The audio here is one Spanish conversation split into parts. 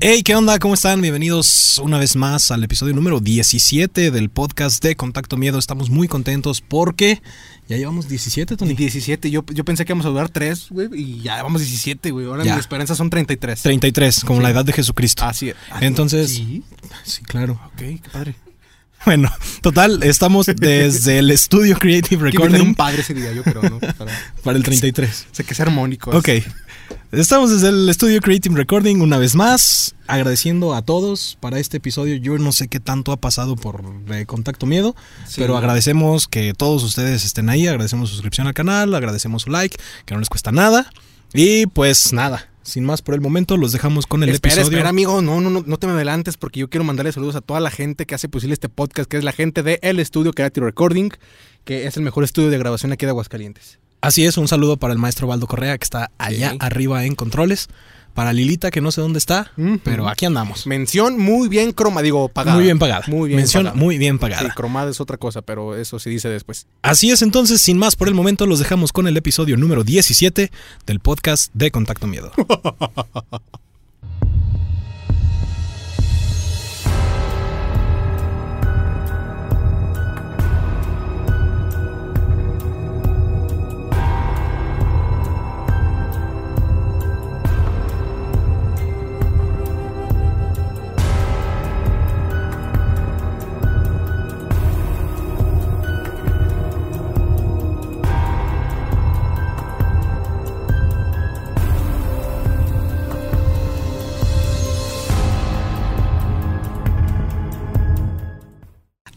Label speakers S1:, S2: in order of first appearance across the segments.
S1: Hey, ¿qué onda? ¿Cómo están? Bienvenidos una vez más al episodio número 17 del podcast de Contacto Miedo. Estamos muy contentos porque ya llevamos 17, Tony.
S2: 17, Pues yo, yo pensé que íbamos a durar 3, güey, y ya vamos 17, güey. Ahora
S1: Ya.
S2: mi esperanza son 33.
S1: 33, como
S2: Sí.
S1: la edad de Jesucristo.
S2: Así es.
S1: Entonces-
S2: Sí,
S1: Sí, claro.
S2: ok, qué padre.
S1: Bueno, total, estamos desde el estudio Creative
S2: Quiero tener un
S1: Recording
S2: padre ese día yo, pero no. Para,
S1: para el 33.
S2: sé que es armónico. es-
S1: Ok. Estamos desde el estudio Creative Recording una vez más, agradeciendo a todos para este episodio. Yo no sé qué tanto ha pasado por eh, Contacto Miedo,
S2: Sí.
S1: pero agradecemos que todos ustedes estén ahí, agradecemos su suscripción al canal, agradecemos su like, que no les cuesta nada. Y pues nada, sin más por el momento, los dejamos con el
S2: espera,
S1: episodio.
S2: espera, amigo. No, no, no, no te me adelantes porque yo quiero mandarle saludos a toda la gente que hace posible este podcast, que es la gente de El Estudio Creative Recording, que es el mejor estudio de grabación aquí de Aguascalientes.
S1: Así es, un saludo para el maestro Baldo Correa, que está allá
S2: Sí.
S1: arriba en controles, para Lilita, que no sé dónde está,
S2: Ujú.
S1: pero aquí andamos.
S2: Mención muy bien croma, digo, pagada.
S1: Muy bien pagada.
S2: Muy bien
S1: Mención
S2: pagada.
S1: muy bien pagada.
S2: Sí, cromada es otra cosa, pero eso se dice después.
S1: Así es, entonces, sin más por el momento, los dejamos con el episodio número 17 del podcast de Contacto Miedo.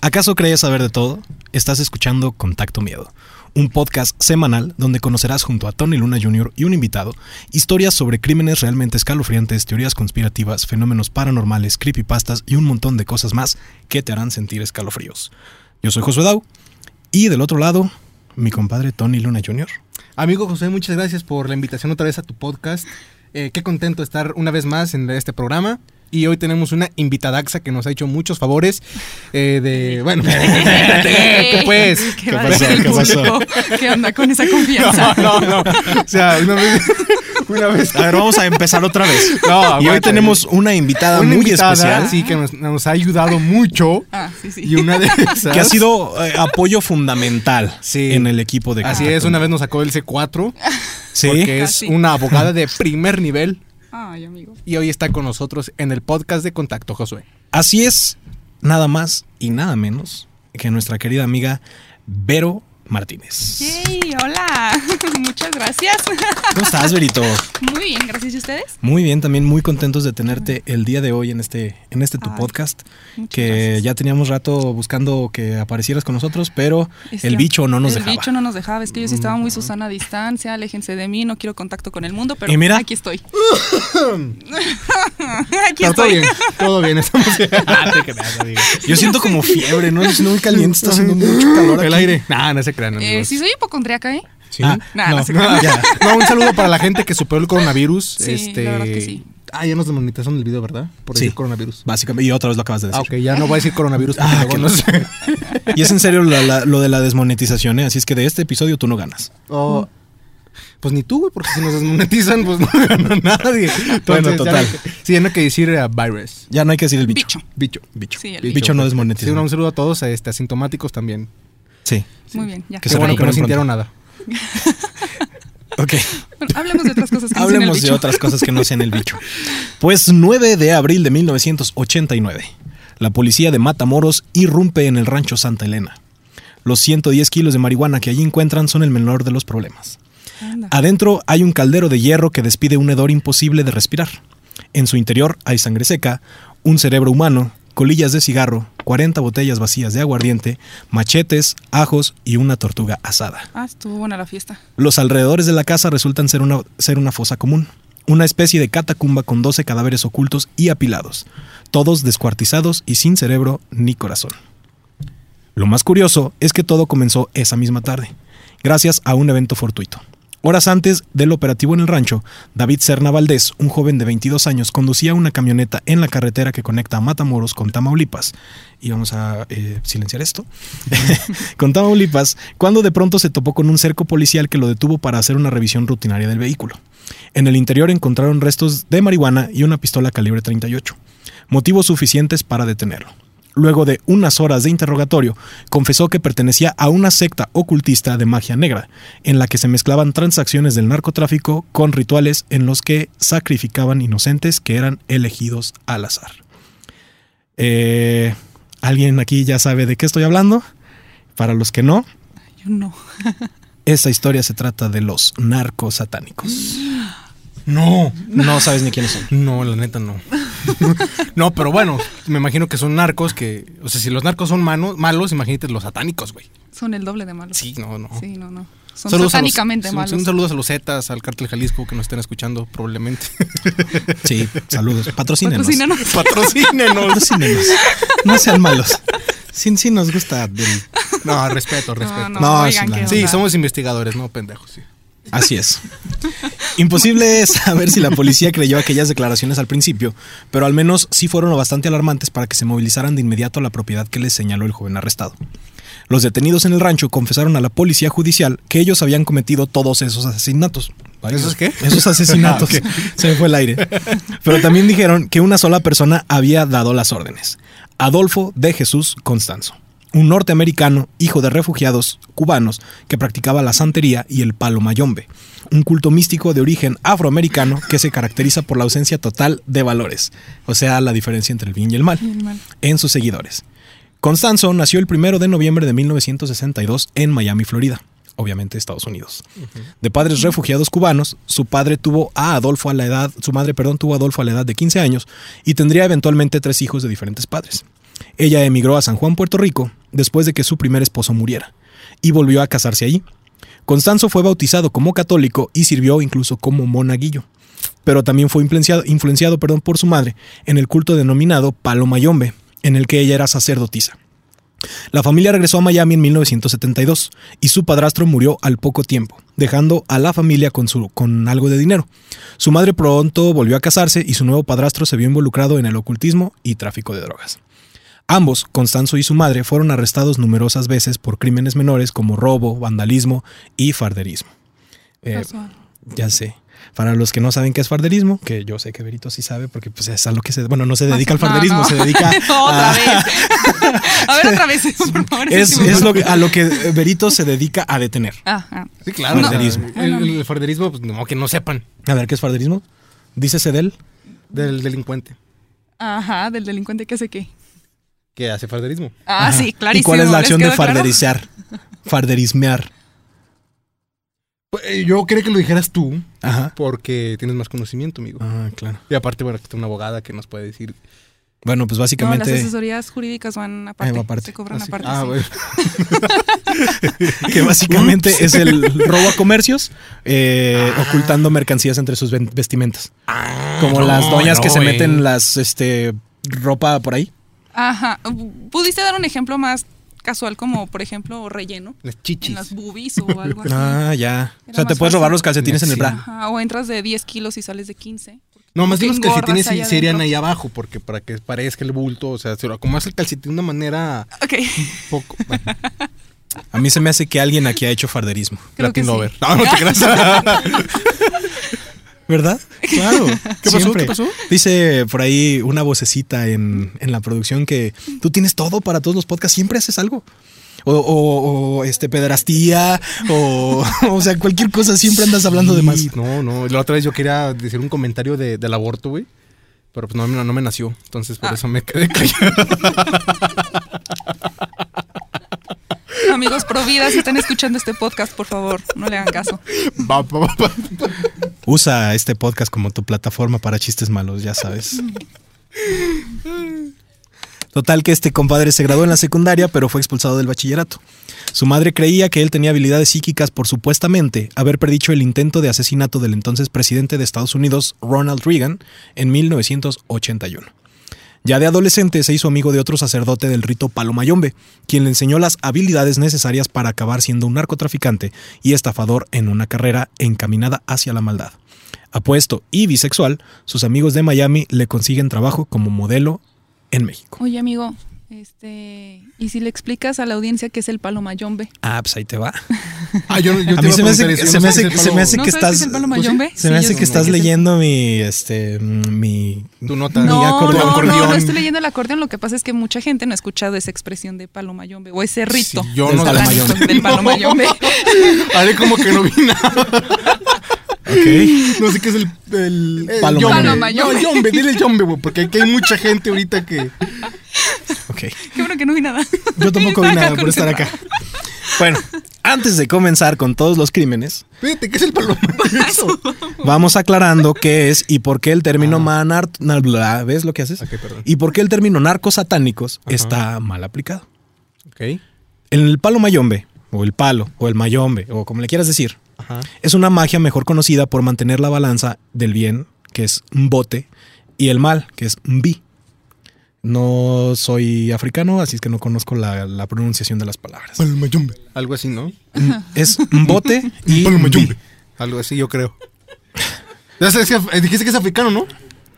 S1: ¿Acaso crees saber de todo? Estás escuchando Contacto Miedo, un podcast semanal donde conocerás junto a Tony Luna Jr. y un invitado historias sobre crímenes realmente escalofriantes, teorías conspirativas, fenómenos paranormales, creepypastas y un montón de cosas más que te harán sentir escalofríos. Yo soy Josué Dau y del otro lado, mi compadre Tony Luna Jr.
S2: Amigo José, muchas gracias por la invitación otra vez a tu podcast. Eh, qué contento estar una vez más en este programa. Y hoy tenemos una invitadaxa que nos ha hecho muchos favores eh, de... Bueno, ¿qué pues?
S3: ¿Qué,
S1: ¿Qué
S3: va a
S1: pasó?
S3: decir el
S1: ¿Qué pasó?
S3: público? ¿Qué onda con esa confianza?
S2: No, no, no. O sea, una vez... Una vez...
S1: A ver, vamos a empezar otra vez. Y
S2: No,
S1: hoy
S2: aguanta.
S1: tenemos una invitada
S2: Una
S1: muy
S2: invitada,
S1: especial
S2: Sí, que nos, nos ha ayudado mucho.
S3: Ah, sí, sí.
S2: Y una de esas...
S1: que ha sido eh, apoyo fundamental
S2: Sí.
S1: en el equipo de
S2: Así
S1: Contacto.
S2: es, una vez nos sacó el C4
S1: Sí.
S2: porque es
S3: Casi.
S2: una abogada de primer nivel
S3: Ay, amigo.
S2: y hoy está con nosotros en el podcast de Contacto Josué.
S1: Así es, nada más y nada menos que nuestra querida amiga Vero Martínez.
S3: Yay, hola. Muchas gracias.
S1: ¿Cómo estás, Verito?
S3: Muy bien, gracias. ¿Y ustedes?
S1: Muy bien, también muy contentos de tenerte el día de hoy en este, en este tu
S3: Ay,
S1: podcast,
S3: Muchas
S1: que
S3: gracias.
S1: ya teníamos rato buscando que aparecieras con nosotros, pero
S3: Es
S1: el
S3: que
S1: bicho no nos
S3: el
S1: dejaba. Mm.
S3: bicho no nos dejaba. Es que yo sí estaba muy Susana a distancia. Aléjense de mí. No quiero contacto con el mundo, pero
S1: Y mira.
S3: aquí estoy. aquí
S2: Pero todo
S3: estoy. Ah,
S2: bien, todo bien, estamos bien.
S1: Yo siento como fiebre, ¿no? Es muy caliente, está haciendo mucho calor.
S2: El
S1: aquí.
S2: aire. Nah, no se crean.
S3: Eh,
S2: amigos.
S3: sí, soy hipocondriaca, ¿eh?
S2: Sí.
S1: Ah,
S3: Nah, no
S1: no,
S3: se
S1: no,
S3: crean.
S1: ya.
S2: No, un saludo para la gente que superó el coronavirus.
S3: Sí,
S2: este...
S3: la verdad que sí.
S2: Ah, ya nos desmonetizaron el video, ¿verdad? Por
S1: Sí.
S2: decir coronavirus.
S1: Básicamente, y otra vez lo acabas de
S2: Ah,
S1: decir.
S2: ok, ya no voy a decir coronavirus. porque
S1: Ah,
S2: luego
S1: que
S2: no sé.
S1: Y es en serio la- la- lo de la desmonetización, ¿eh? Así es que de este episodio tú no ganas.
S2: O- Oh, Pues ni tú, güey, porque si nos desmonetizan, pues no gana nadie.
S1: Bueno,
S2: ya
S1: total.
S2: no hay- sí, ya no hay que decir eh, virus.
S1: Ya no hay que decir el bicho.
S3: Bicho.
S2: Bicho.
S1: Bicho.
S3: Sí, el
S1: bicho.
S3: bicho.
S1: no
S2: Sí,
S1: desmonetiza.
S2: un saludo a todos, a este, asintomáticos también.
S1: Sí.
S3: Muy bien, ya.
S1: Que
S2: Qué
S1: se
S2: bueno que no
S1: recuperen
S2: sintieron nada.
S1: Ok.
S3: Bueno, hablemos de otras cosas que no sean el
S1: Hablemos de
S3: bicho.
S1: otras cosas que no sean el bicho. Pues 9 de abril de 1989. La policía de Matamoros irrumpe en el rancho Santa Elena. Los 110 kilos de marihuana que allí encuentran son el menor de los problemas.
S3: Anda.
S1: Adentro hay un caldero de hierro que despide un hedor imposible de respirar. En su interior hay sangre seca, un cerebro humano, colillas de cigarro, 40 botellas vacías de aguardiente, machetes, ajos y una tortuga asada.
S3: Ah, estuvo buena la fiesta.
S1: Los alrededores de la casa resultan ser una, ser una fosa común, una especie de catacumba con 12 cadáveres ocultos y apilados, todos descuartizados y sin cerebro ni corazón. Lo más curioso es que todo comenzó esa misma tarde, gracias a un evento fortuito. Horas antes del operativo en el rancho, David Serna Valdés, un joven de 22 años, conducía una camioneta en la carretera que conecta a Matamoros con Tamaulipas. Y vamos a eh, silenciar esto. con Tamaulipas, cuando de pronto se topó con un cerco policial que lo detuvo para hacer una revisión rutinaria del vehículo. En el interior encontraron restos de marihuana y una pistola calibre 38, motivos suficientes para detenerlo. Luego de unas horas de interrogatorio, confesó que pertenecía a una secta ocultista de magia negra, en la que se mezclaban transacciones del narcotráfico con rituales en los que sacrificaban inocentes que eran elegidos al azar. Eh, ¿Alguien aquí ya sabe de qué estoy hablando? Para los que no,
S3: Yo no.
S1: esta historia se trata de los narcos satánicos.
S2: No,
S1: No sabes ni quiénes son.
S2: no, la neta no. no, pero bueno, me imagino que son narcos que, o sea, si los narcos son manos, malos, imagínate los satánicos, güey.
S3: Son el doble de malos.
S2: Sí, no, no.
S3: Sí, no, no. Son
S2: Saludos a los-
S3: satánicamente
S2: sí,
S3: malos.
S2: Un saludo a los Zetas, al Cártel Jalisco que nos estén escuchando probablemente.
S1: Sí, saludos. Patrocínenos.
S3: Patrocínanos.
S2: Patrocínenos.
S1: Patrocínenos. No sean malos. Sí, sí nos gusta. del-
S2: No, respeto, respeto.
S3: No, no,
S1: No,
S3: oigan,
S1: sí, la-
S3: qué
S2: Sí,
S3: onda.
S2: somos investigadores, no pendejos. Sí.
S1: Así es. Imposible es saber si la policía creyó aquellas declaraciones al principio, pero al menos sí fueron lo bastante alarmantes para que se movilizaran de inmediato a la propiedad que les señaló el joven arrestado. Los detenidos en el rancho confesaron a la policía judicial que ellos habían cometido todos esos asesinatos.
S2: ¿Esos qué?
S1: Esos asesinatos.
S2: Ah,
S1: Se me fue el aire. Pero también dijeron que una sola persona había dado las órdenes. Adolfo de Jesús Constanzo, un norteamericano, hijo de refugiados cubanos, que practicaba la santería y el palo mayombe, un culto místico de origen afroamericano que se caracteriza por la ausencia total de valores, o sea, la diferencia entre el bien y el mal
S3: Y el mal.
S1: en sus seguidores. Constanzo nació el 1 de noviembre de 1962 en Miami, Florida, obviamente Estados Unidos. De padres refugiados cubanos, su padre tuvo a Adolfo a la edad, su madre, perdón, tuvo a Adolfo a la edad de 15 años y tendría eventualmente tres hijos de diferentes padres. Ella emigró a San Juan, Puerto Rico, después de que su primer esposo muriera y volvió a casarse allí. Constanzo fue bautizado como católico y sirvió incluso como monaguillo pero también fue influenciado, influenciado perdón, por su madre en el culto denominado Palo Mayombe, en el que ella era sacerdotisa. La familia regresó a Miami en 1972 y su padrastro murió al poco tiempo, dejando a la familia con, su, con algo de dinero. Su madre pronto volvió a casarse y su nuevo padrastro se vio involucrado en el ocultismo y tráfico de drogas. Ambos, Constanzo y su madre, fueron arrestados numerosas veces por crímenes menores como robo, vandalismo y farderismo. Eh,
S3: Casual.
S1: ya sé. Para los que no saben qué es farderismo, que yo sé que Berito sí sabe, porque pues es a lo que se... Bueno, no se dedica al
S3: No,
S1: farderismo,
S3: no.
S1: se dedica...
S3: otra
S1: a-
S3: vez. A ver, otra vez, por favor. ese
S1: Es,
S3: último.
S1: es lo que- a lo que Berito se dedica a detener.
S3: Ah, ah.
S2: Sí, claro.
S1: No.
S2: o sea,
S1: Farderismo.
S2: el, el farderismo, pues no, que no sepan
S1: A ver, ¿qué es farderismo? Dice Sedel.
S2: del delincuente
S3: Ajá, del delincuente que hace qué.
S2: que hace farderismo.
S3: Ah, sí, clarísimo.
S1: ¿Y cuál es la
S3: ¿les
S1: acción de
S3: quedó claro?
S1: farderizar? Farderismear.
S2: Pues, eh, Yo quería que lo dijeras tú
S1: Ajá.
S2: porque tienes más conocimiento, amigo.
S1: Ah, claro.
S2: Y aparte, bueno, aquí está una abogada que nos puede decir.
S1: Bueno, pues
S3: No, las
S1: básicamente...
S3: asesorías jurídicas van aparte.
S1: Ahí va aparte.
S3: Se cobran
S2: así-
S3: aparte.
S2: ah,
S3: sí.
S2: bueno.
S1: que básicamente es el robo a comercios, eh,
S3: Ah.
S1: ocultando mercancías entre sus ven- vestimentas. Como
S2: no,
S1: las doñas que
S2: no,
S1: se
S2: eh.
S1: meten las, este, ropa por ahí.
S3: Ajá. ¿Pudiste dar un ejemplo más casual, como por ejemplo relleno?
S2: Las
S3: En
S2: chichis.
S3: las boobies o algo así.
S1: Ah, ya. O sea,
S3: Era
S1: te
S3: más
S1: puedes robar
S3: fácil.
S1: los calcetines en el
S2: Sí.
S1: bra.
S3: Ajá, o entras de 10 kilos y sales de 15.
S2: No, más bien los
S3: Engordas
S2: calcetines
S3: ahí
S2: sí serían
S3: adentro.
S2: ahí abajo, porque para que parezca el bulto, o sea, se lo acomodas el calcetín de una manera
S3: Ok,
S2: poco. Bueno,
S1: A mí se me hace que alguien aquí ha hecho farderismo.
S3: creo que
S2: Latin
S3: sí.
S2: Lover. No, no te creas.
S1: ¿Verdad? Claro.
S2: ¿Qué pasó?
S1: Siempre.
S2: ¿Qué pasó?
S1: Dice por ahí una vocecita en, en la producción que tú tienes todo para todos los podcasts, siempre haces algo. O, o- o, este pederastía, o, o sea, cualquier cosa, siempre andas hablando de más.
S2: Sí, No, no. La otra vez yo quería decir un comentario de, del aborto, güey. Pero pues no, no, no me nació. Entonces por
S3: Ah.
S2: eso me quedé callado.
S3: Amigos providas, si están escuchando este podcast, por favor, no le hagan caso.
S2: Va, va, va, va.
S1: Usa este podcast como tu plataforma para chistes malos, ya sabes. Total que este compadre se graduó en la secundaria, pero fue expulsado del bachillerato. Su madre creía que él tenía habilidades psíquicas por supuestamente haber predicho el intento de asesinato del entonces presidente de Estados Unidos, Ronald Reagan, en 1981. Ya de adolescente se hizo amigo de otro sacerdote del rito Palomayombe, quien le enseñó las habilidades necesarias para acabar siendo un narcotraficante y estafador en una carrera encaminada hacia la maldad. Apuesto y bisexual, sus amigos de Miami le consiguen trabajo como modelo en México.
S3: Oye, amigo, este, y si le explicas a la audiencia qué es el palo mayombe.
S1: Ah, pues ahí te va.
S2: Ah, yo, yo
S1: A mí
S2: te iba
S1: se me hace-
S2: preguntar eso,
S1: se
S2: yo
S1: me
S2: no sé
S1: hace-
S2: qué es el
S1: se me
S2: palo-
S1: hace
S3: ¿No
S1: que
S3: sabes qué es
S1: estás-
S3: el palo
S2: pues sí,
S3: mayombe?
S1: Se me
S3: Eh, Sí,
S1: hace
S3: yo
S1: que
S3: sé
S1: estás
S3: qué es el-
S1: leyendo mi, este, mm, mi...
S2: Tu nota.
S1: Mi
S3: No, no,
S1: acordeón,
S3: no,
S2: acordeón.
S3: no estoy leyendo el acordeón. Lo que pasa es que mucha gente no ha escuchado esa expresión de palo mayombe o ese rito.
S2: Sí, yo
S1: Del
S2: no
S1: palomayombe.
S3: satánico Del palo mayombe.
S2: Haré como que no vi nada.
S1: Ok.
S2: No sé qué es el. el, el
S1: Paloma.
S2: yombe.
S3: Paloma,
S2: No,
S3: yombe.
S2: yombe, dile yombe, güey, porque aquí hay mucha gente ahorita que.
S1: ok.
S3: Qué bueno que no vi nada.
S1: Yo tampoco vi
S3: Estaba
S1: nada por estar acá.
S3: concentrada.
S1: Bueno, antes de comenzar con todos los crímenes,
S2: Fíjate, ¿qué es el paloma? Eso.
S1: vamos aclarando qué es y por qué el término manar... na- bla, ¿Ves lo que haces?
S2: Ok, perdón.
S1: Y por qué el término narcosatánicos está mal aplicado.
S2: Ok.
S1: El palo mayombe, o el palo, o el mayombe, o como le quieras decir,
S2: Ajá.
S1: es una magia mejor conocida por mantener la balanza del bien, que es un bote, y el mal, que es mbi. No soy africano, así es que no conozco la, la pronunciación de las palabras.
S2: Paloma, yombe. Algo así, ¿no?
S1: Es mbote y
S2: Paloma,
S1: mbi.
S2: yombe. Algo así, yo creo. Ya sabes que- dijiste que es africano, ¿no?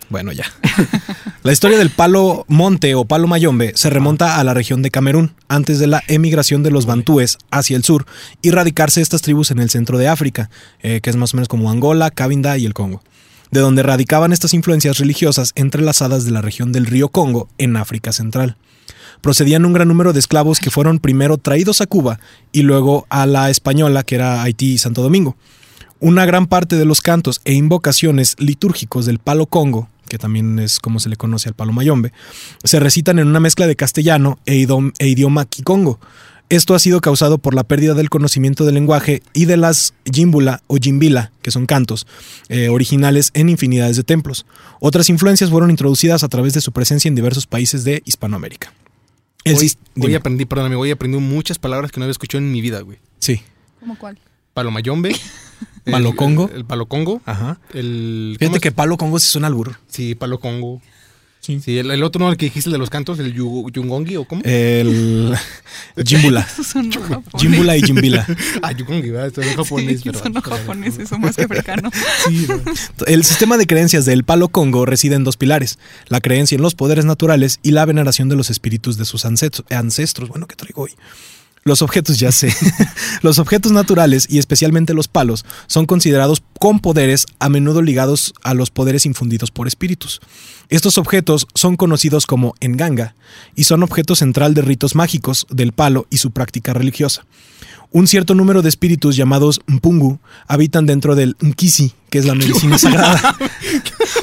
S1: Bueno, ya. La historia del palo monte o palo mayombe se remonta a la región de Camerún, antes de la emigración de los bantúes hacia el sur y radicarse estas tribus en el centro de África, eh, que es más o menos como Angola, Cabinda y el Congo, de donde radicaban estas influencias religiosas entrelazadas de la región del río Congo en África Central. Procedían un gran número de esclavos que fueron primero traídos a Cuba y luego a la española, que era Haití y Santo Domingo. Una gran parte de los cantos e invocaciones litúrgicos del palo congo, que también es como se le conoce al palo mayombe, se recitan en una mezcla de castellano e, idom- e idioma kikongo. Esto ha sido causado por la pérdida del conocimiento del lenguaje y de las jimbula o jimbila, que son cantos, eh, originales en infinidades de templos. Otras influencias fueron introducidas a través de su presencia en diversos países de Hispanoamérica. El
S2: hoy,
S1: sis-
S2: hoy
S1: dime.
S2: aprendí, perdón, amigo, hoy aprendí muchas palabras que no había escuchado en mi vida, güey.
S1: Sí.
S3: ¿Cómo cuál?
S2: Palomayombe. el-
S1: Palocongo.
S2: El, palocongo.
S1: Ajá.
S2: El. ¿cómo
S1: Fíjate
S2: es?
S1: que palo congo sí suena al burro.
S2: Sí, palocongo.
S1: Sí.
S2: Sí, el, el otro, ¿no? El que dijiste el de los cantos, el yu- yungongi o
S1: Eh.
S2: cómo.
S1: El jimbula.
S3: Eso son japoneses.
S1: Jimbula y Jimbila.
S2: Ah, yungongi, ¿verdad? Esto es japonés,
S3: Sí,
S2: ¿verdad?
S3: son japoneses, son más que africanos.
S2: Sí, güey.
S1: El sistema de creencias del Palo Congo reside en dos pilares: la creencia en los poderes naturales y la veneración de los espíritus de sus ancestros. ancestros. Bueno, ¿qué traigo hoy? Los objetos, ya sé. los objetos naturales y especialmente los palos son considerados con poderes a menudo ligados a los poderes infundidos por espíritus. Estos objetos son conocidos como enganga y son objeto central de ritos mágicos del palo y su práctica religiosa. Un cierto número de espíritus llamados mpungu habitan dentro del nkisi, que es la medicina sagrada.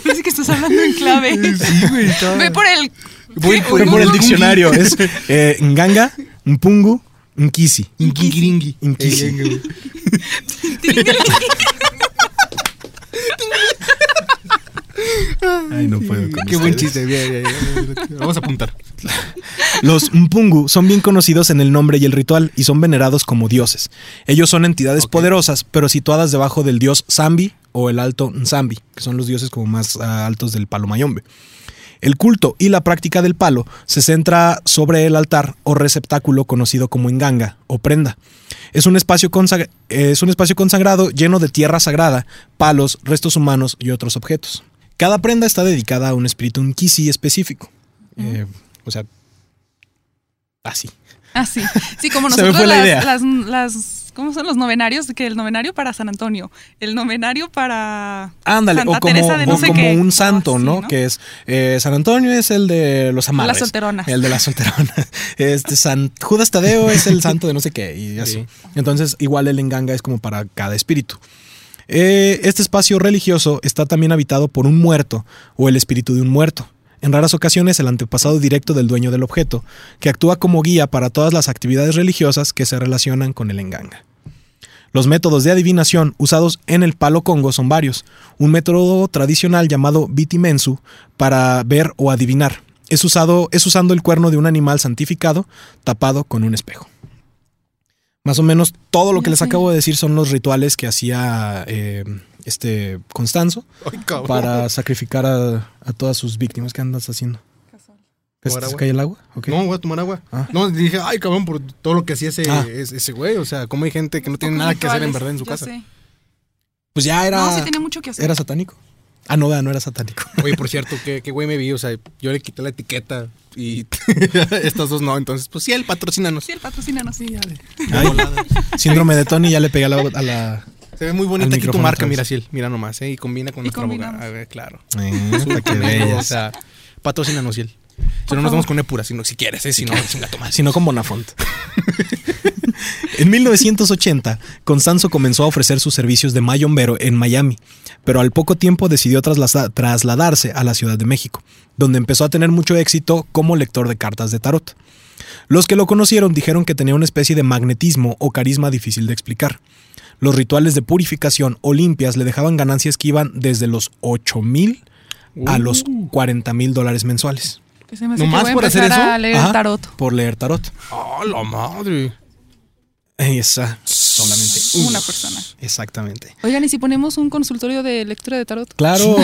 S3: Parece que estás hablando en clave.
S2: Sí, güey. está-
S3: Ve por el.
S2: Voy- voy
S3: ¿Qué?
S1: Fue por el
S3: Mpungu.
S1: diccionario. Es eh, nganga, mpungu, nkisi.
S2: Inquiringui.
S1: Inquisi.
S2: Inquiringui.
S1: Ay, no puedo con
S2: Qué buen
S1: ustedes.
S2: chiste. bien, bien, bien. Vamos a apuntar.
S1: Los Mpungu son bien conocidos en el nombre y el ritual y son venerados como dioses. Ellos son entidades
S2: Ok.
S1: poderosas, pero situadas debajo del dios Zambi o el alto Nzambi, que son los dioses como más ah, altos del palo mayombe. El culto y la práctica del palo se centra sobre el altar o receptáculo conocido como enganga o prenda. Es un, espacio consagra- es un espacio consagrado lleno de tierra sagrada, palos, restos humanos y otros objetos. Cada prenda está dedicada a un espíritu Nkisi específico. Eh, o sea, así.
S3: Ah, sí. Sí, como
S1: Se me
S3: nosotros
S1: fue la
S3: las,
S1: idea.
S3: las, las- ¿Cómo son los novenarios? Que el novenario para San Antonio, el novenario para.
S1: Ándale,
S3: Santa
S1: o como,
S3: Teresa de no
S1: o
S3: sé
S1: como
S3: qué.
S1: un santo,
S3: Ah, sí,
S1: ¿no?
S3: ¿no?
S1: Que es eh, San Antonio es el de los amarres.
S3: Las solteronas.
S1: El de las solteronas. Este San Judas Tadeo es el santo de no sé qué y así.
S2: Sí.
S1: Entonces, igual el enganga es como para cada espíritu. Eh, este espacio religioso está también habitado por un muerto o el espíritu de un muerto. En raras ocasiones, el antepasado directo del dueño del objeto, que actúa como guía para todas las actividades religiosas que se relacionan con el enganga. Los métodos de adivinación usados en el palo congo son varios. Un método tradicional llamado vitimensu para ver o adivinar. Es, usado, es usando el cuerno de un animal santificado tapado con un espejo. Más o menos todo lo que les acabo de decir son los rituales que hacía eh, este Constanzo
S2: Ay, cabrón.
S1: para sacrificar a, a todas sus víctimas. ¿Qué andas haciendo? ¿Este
S2: tomar
S1: se
S2: agua.
S1: cae el agua? Ok.
S2: No, voy a tomar agua.
S1: Ah.
S2: No, dije, ay, cabrón, por todo lo que hacía ese,
S1: Ah.
S2: es- ese güey. O sea, como hay gente que no tiene
S3: Pocos
S2: nada que hacer en
S3: rituales,
S2: verdad en su
S3: ya
S2: casa.
S3: sé.
S1: Pues ya era.
S3: No, sí tiene mucho que hacer.
S1: ¿Era satánico? Ah, no, vea, no era satánico.
S2: Oye, por cierto, ¿qué, qué güey me vi. O sea, yo le quité la etiqueta y estas dos no. Entonces, pues sí, él patrocínanos.
S3: Sí, el patrocínanos. Sí,
S1: Ay, síndrome de Tony, ya le pegué a la. a la-
S2: Se ve muy bonita
S1: Al
S2: aquí tu
S1: micrófono
S2: marca,
S1: otra vez.
S2: mira, Ciel. Mira nomás, ¿eh? Y combina con
S3: Y
S2: nuestra boca.
S3: combinamos.
S2: A ver, claro.
S1: Eh, hasta que
S2: O
S1: bellas.
S2: sea, patrocínanos, Ciel. Si no nos
S3: favor.
S2: vamos con Epura, si, no, si quieres, ¿eh? Si no, chinga tu madre.
S1: sino con Bonafont. en 1980, Constanzo comenzó a ofrecer sus servicios de mayombero en Miami, pero al poco tiempo decidió trasla- trasladarse a la Ciudad de México, donde empezó a tener mucho éxito como lector de cartas de tarot. Los que lo conocieron dijeron que tenía una especie de magnetismo o carisma difícil de explicar. Los rituales de purificación o limpias le dejaban ganancias que iban desde los 8 mil a los 40 mil dólares mensuales.
S3: Pues se me hace que
S2: ¿Nomás
S3: voy a
S2: por hacer
S3: empezar
S2: eso?
S3: a leer
S1: Ajá,
S3: el tarot.
S1: Por leer tarot.
S2: ¡Oh, la madre!
S1: Esa, solamente
S3: Una persona.
S1: Exactamente.
S3: Oigan, ¿y si ponemos un consultorio de lectura de tarot?
S1: Claro.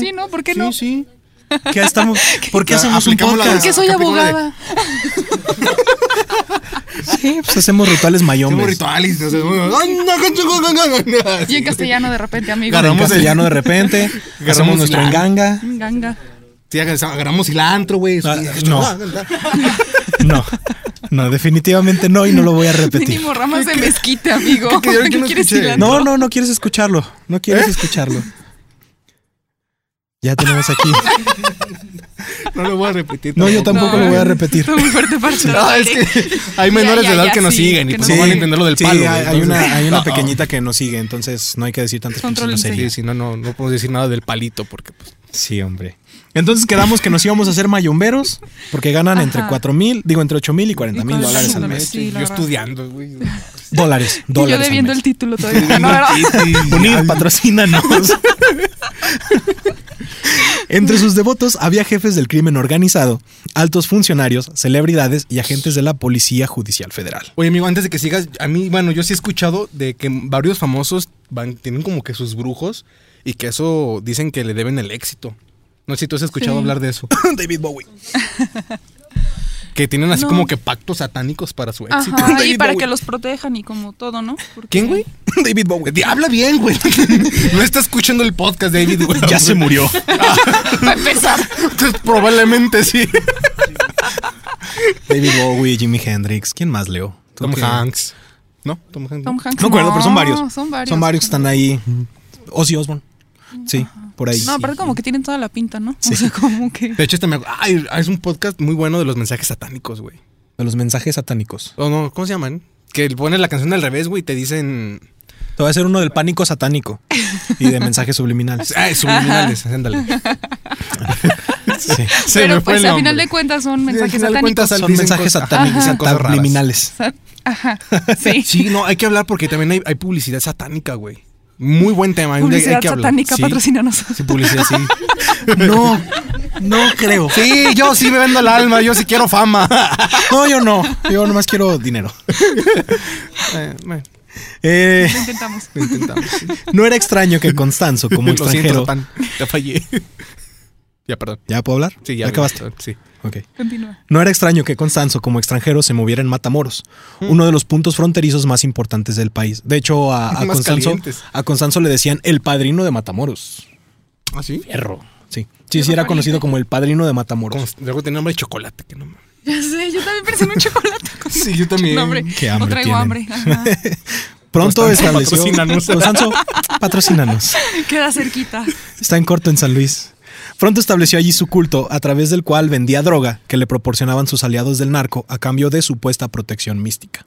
S3: Sí, ¿no? ¿Por qué no?
S2: Sí, sí.
S1: ¿Qué estamos? ¿Por qué
S2: Ah,
S1: hacemos un
S2: aplicamos la-
S1: podcast?
S3: Porque soy
S2: Ah, Capítulo de-
S3: abogada.
S1: Sí, pues hacemos rituales
S2: Tenemos
S1: mayombes.
S2: rituales. o sea, muy-
S3: Y en castellano de repente, amigo.
S1: En
S2: Agarramos el-
S1: castellano de repente. hacemos
S2: Agarramos
S1: nuestro
S2: la-
S1: enganga.
S3: Ganga.
S2: Sí, agarramos cilantro, güey.
S1: Ah,
S2: Sí,
S1: no. No. No, definitivamente no y no lo voy a repetir.
S3: Mínimo ramas de mezquite, amigo.
S2: qué- qué- yo
S3: ¿Qué
S2: no
S3: quieres
S2: escuché?
S3: cilantro?
S1: No, no, no quieres escucharlo. No quieres escucharlo. Ya tenemos aquí.
S2: No lo voy a repetir.
S1: No, yo tampoco lo voy a repetir.
S3: Está muy fuerte para el
S2: No,
S3: tarot.
S2: es que hay
S3: Ya,
S2: menores
S3: ya,
S2: de edad
S3: ya,
S2: que nos
S3: sí,
S2: siguen y
S3: que
S2: pues
S3: no.
S2: no van a
S3: Sí,
S2: entender lo del palo.
S1: hay,
S2: güey,
S1: hay
S2: entonces-
S1: una, hay una
S2: Ah, ah.
S1: pequeñita que nos sigue, entonces no hay que decir tantas pinches
S3: Contrólense.
S2: Sí,
S1: groserías.
S2: si no, no, no podemos decir nada del palito porque pues.
S1: Sí, hombre. Entonces quedamos que nos íbamos a hacer mayomberos porque ganan
S3: Ajá.
S1: entre 4 mil, digo entre 8 mil y 40 mil
S3: Y cuarenta
S1: dólares al
S3: mil
S1: mes.
S3: sí,
S2: yo
S3: la verdad.
S2: estudiando, güey.
S1: Dólares,
S3: Y yo
S1: dólares. al
S3: debiendo
S1: mes.
S3: el título todavía. No, ¿verdad?
S1: Unir, patrocínanos. Entre sus devotos había jefes del crimen organizado, altos funcionarios, celebridades y agentes de la Policía Judicial Federal.
S2: Oye, amigo, antes de que sigas, a mí, bueno, yo sí he escuchado de que varios famosos van, tienen como que sus brujos y que eso dicen que le deben el éxito. No sé si tú has escuchado
S3: Sí.
S2: hablar de eso.
S1: David Bowie.
S2: Que tienen así
S3: No.
S2: como que pactos satánicos para su éxito.
S3: Ajá, y
S1: David
S3: para
S1: Bowie.
S3: que los protejan y como todo, ¿no? Porque-
S2: ¿Quién, güey?
S1: David Bowie.
S2: Di- Habla bien, güey. No está escuchando el podcast, David, güey.
S1: Ya se murió.
S3: Para empezar.
S2: Entonces, probablemente sí.
S1: David Bowie, Jimi Hendrix. ¿Quién más, Leo? ¿Tú
S2: Tom
S1: qué?
S2: Hanks. ¿No? Tom Hanks.
S3: Tom Hanks.
S1: No me acuerdo, pero son
S3: No,
S1: varios.
S3: Son varios.
S1: Son varios que están ahí. Ozzy Osbourne. Sí, por ahí.
S3: No, pero como que tienen toda la pinta, ¿no? O sea, como que.
S2: De hecho, este me... Ay, es un podcast muy bueno de los mensajes satánicos, güey.
S1: De los mensajes satánicos.
S2: O no, ¿cómo se llaman? Que pones la canción al revés, güey, y te dicen...
S1: Te voy a hacer uno del pánico satánico y de mensajes subliminales.
S2: Ah, subliminales, ándale.
S1: Sí.
S2: Se me
S3: Pero
S2: fue
S3: pues
S2: el
S3: al final
S2: nombre.
S3: de cuentas son
S2: Sí, al final
S3: mensajes
S2: de
S3: satánicos.
S2: cuentas,
S1: Son
S2: dicen
S1: mensajes
S2: cosas-
S1: satánicos,
S2: dicen cosas raras.
S1: subliminales.
S3: Ajá. Sí.
S2: Sí, no, hay que hablar porque también hay, hay publicidad satánica, güey. Muy buen tema. hay un día- hay
S3: Publicidad
S2: que hablar.
S3: satánica,
S2: Sí,
S3: patrocínanos.
S2: Sí, publicidad, sí.
S1: No, no creo.
S2: Sí, yo sí me vendo el alma, yo sí quiero fama.
S1: No, yo no. Yo nomás quiero dinero.
S2: Eh, bueno,
S1: Eh,
S3: Lo intentamos.
S2: lo intentamos. sí.
S1: no era extraño que Constanzo, como
S2: Lo siento,
S1: extranjero.
S2: Satán. Ya fallé. ya, perdón.
S1: ¿Ya puedo hablar?
S2: Sí, ya.
S1: acabaste.
S2: perdón, Sí.
S1: Ok.
S3: Continúa.
S1: No era extraño que Constanzo, como extranjero, se moviera en Matamoros,
S2: Mm.
S1: uno de los puntos fronterizos más importantes del país. De hecho, a, a
S2: Más
S1: Constanzo,
S2: calientes.
S1: a Constanzo le decían el padrino de Matamoros.
S2: ¿Ah, sí?
S1: Perro. Sí. Sí, sí, era conocido como el padrino de Matamoros.
S2: Const- Luego tenía nombre de chocolate, que no mames.
S3: Ya sé, yo también pensé en un chocolate. con
S2: Sí, yo también.
S3: Nombre.
S1: Qué hambre
S3: no traigo
S1: tienen.
S3: hambre. Ajá.
S1: Pronto
S2: Constanzo,
S1: estableció.
S2: patrocínanos.
S1: Constanzo, patrocínanos.
S3: Queda cerquita.
S1: Está en corto en San Luis. Pronto estableció allí su culto, a través del cual vendía droga que le proporcionaban sus aliados del narco a cambio de supuesta protección mística.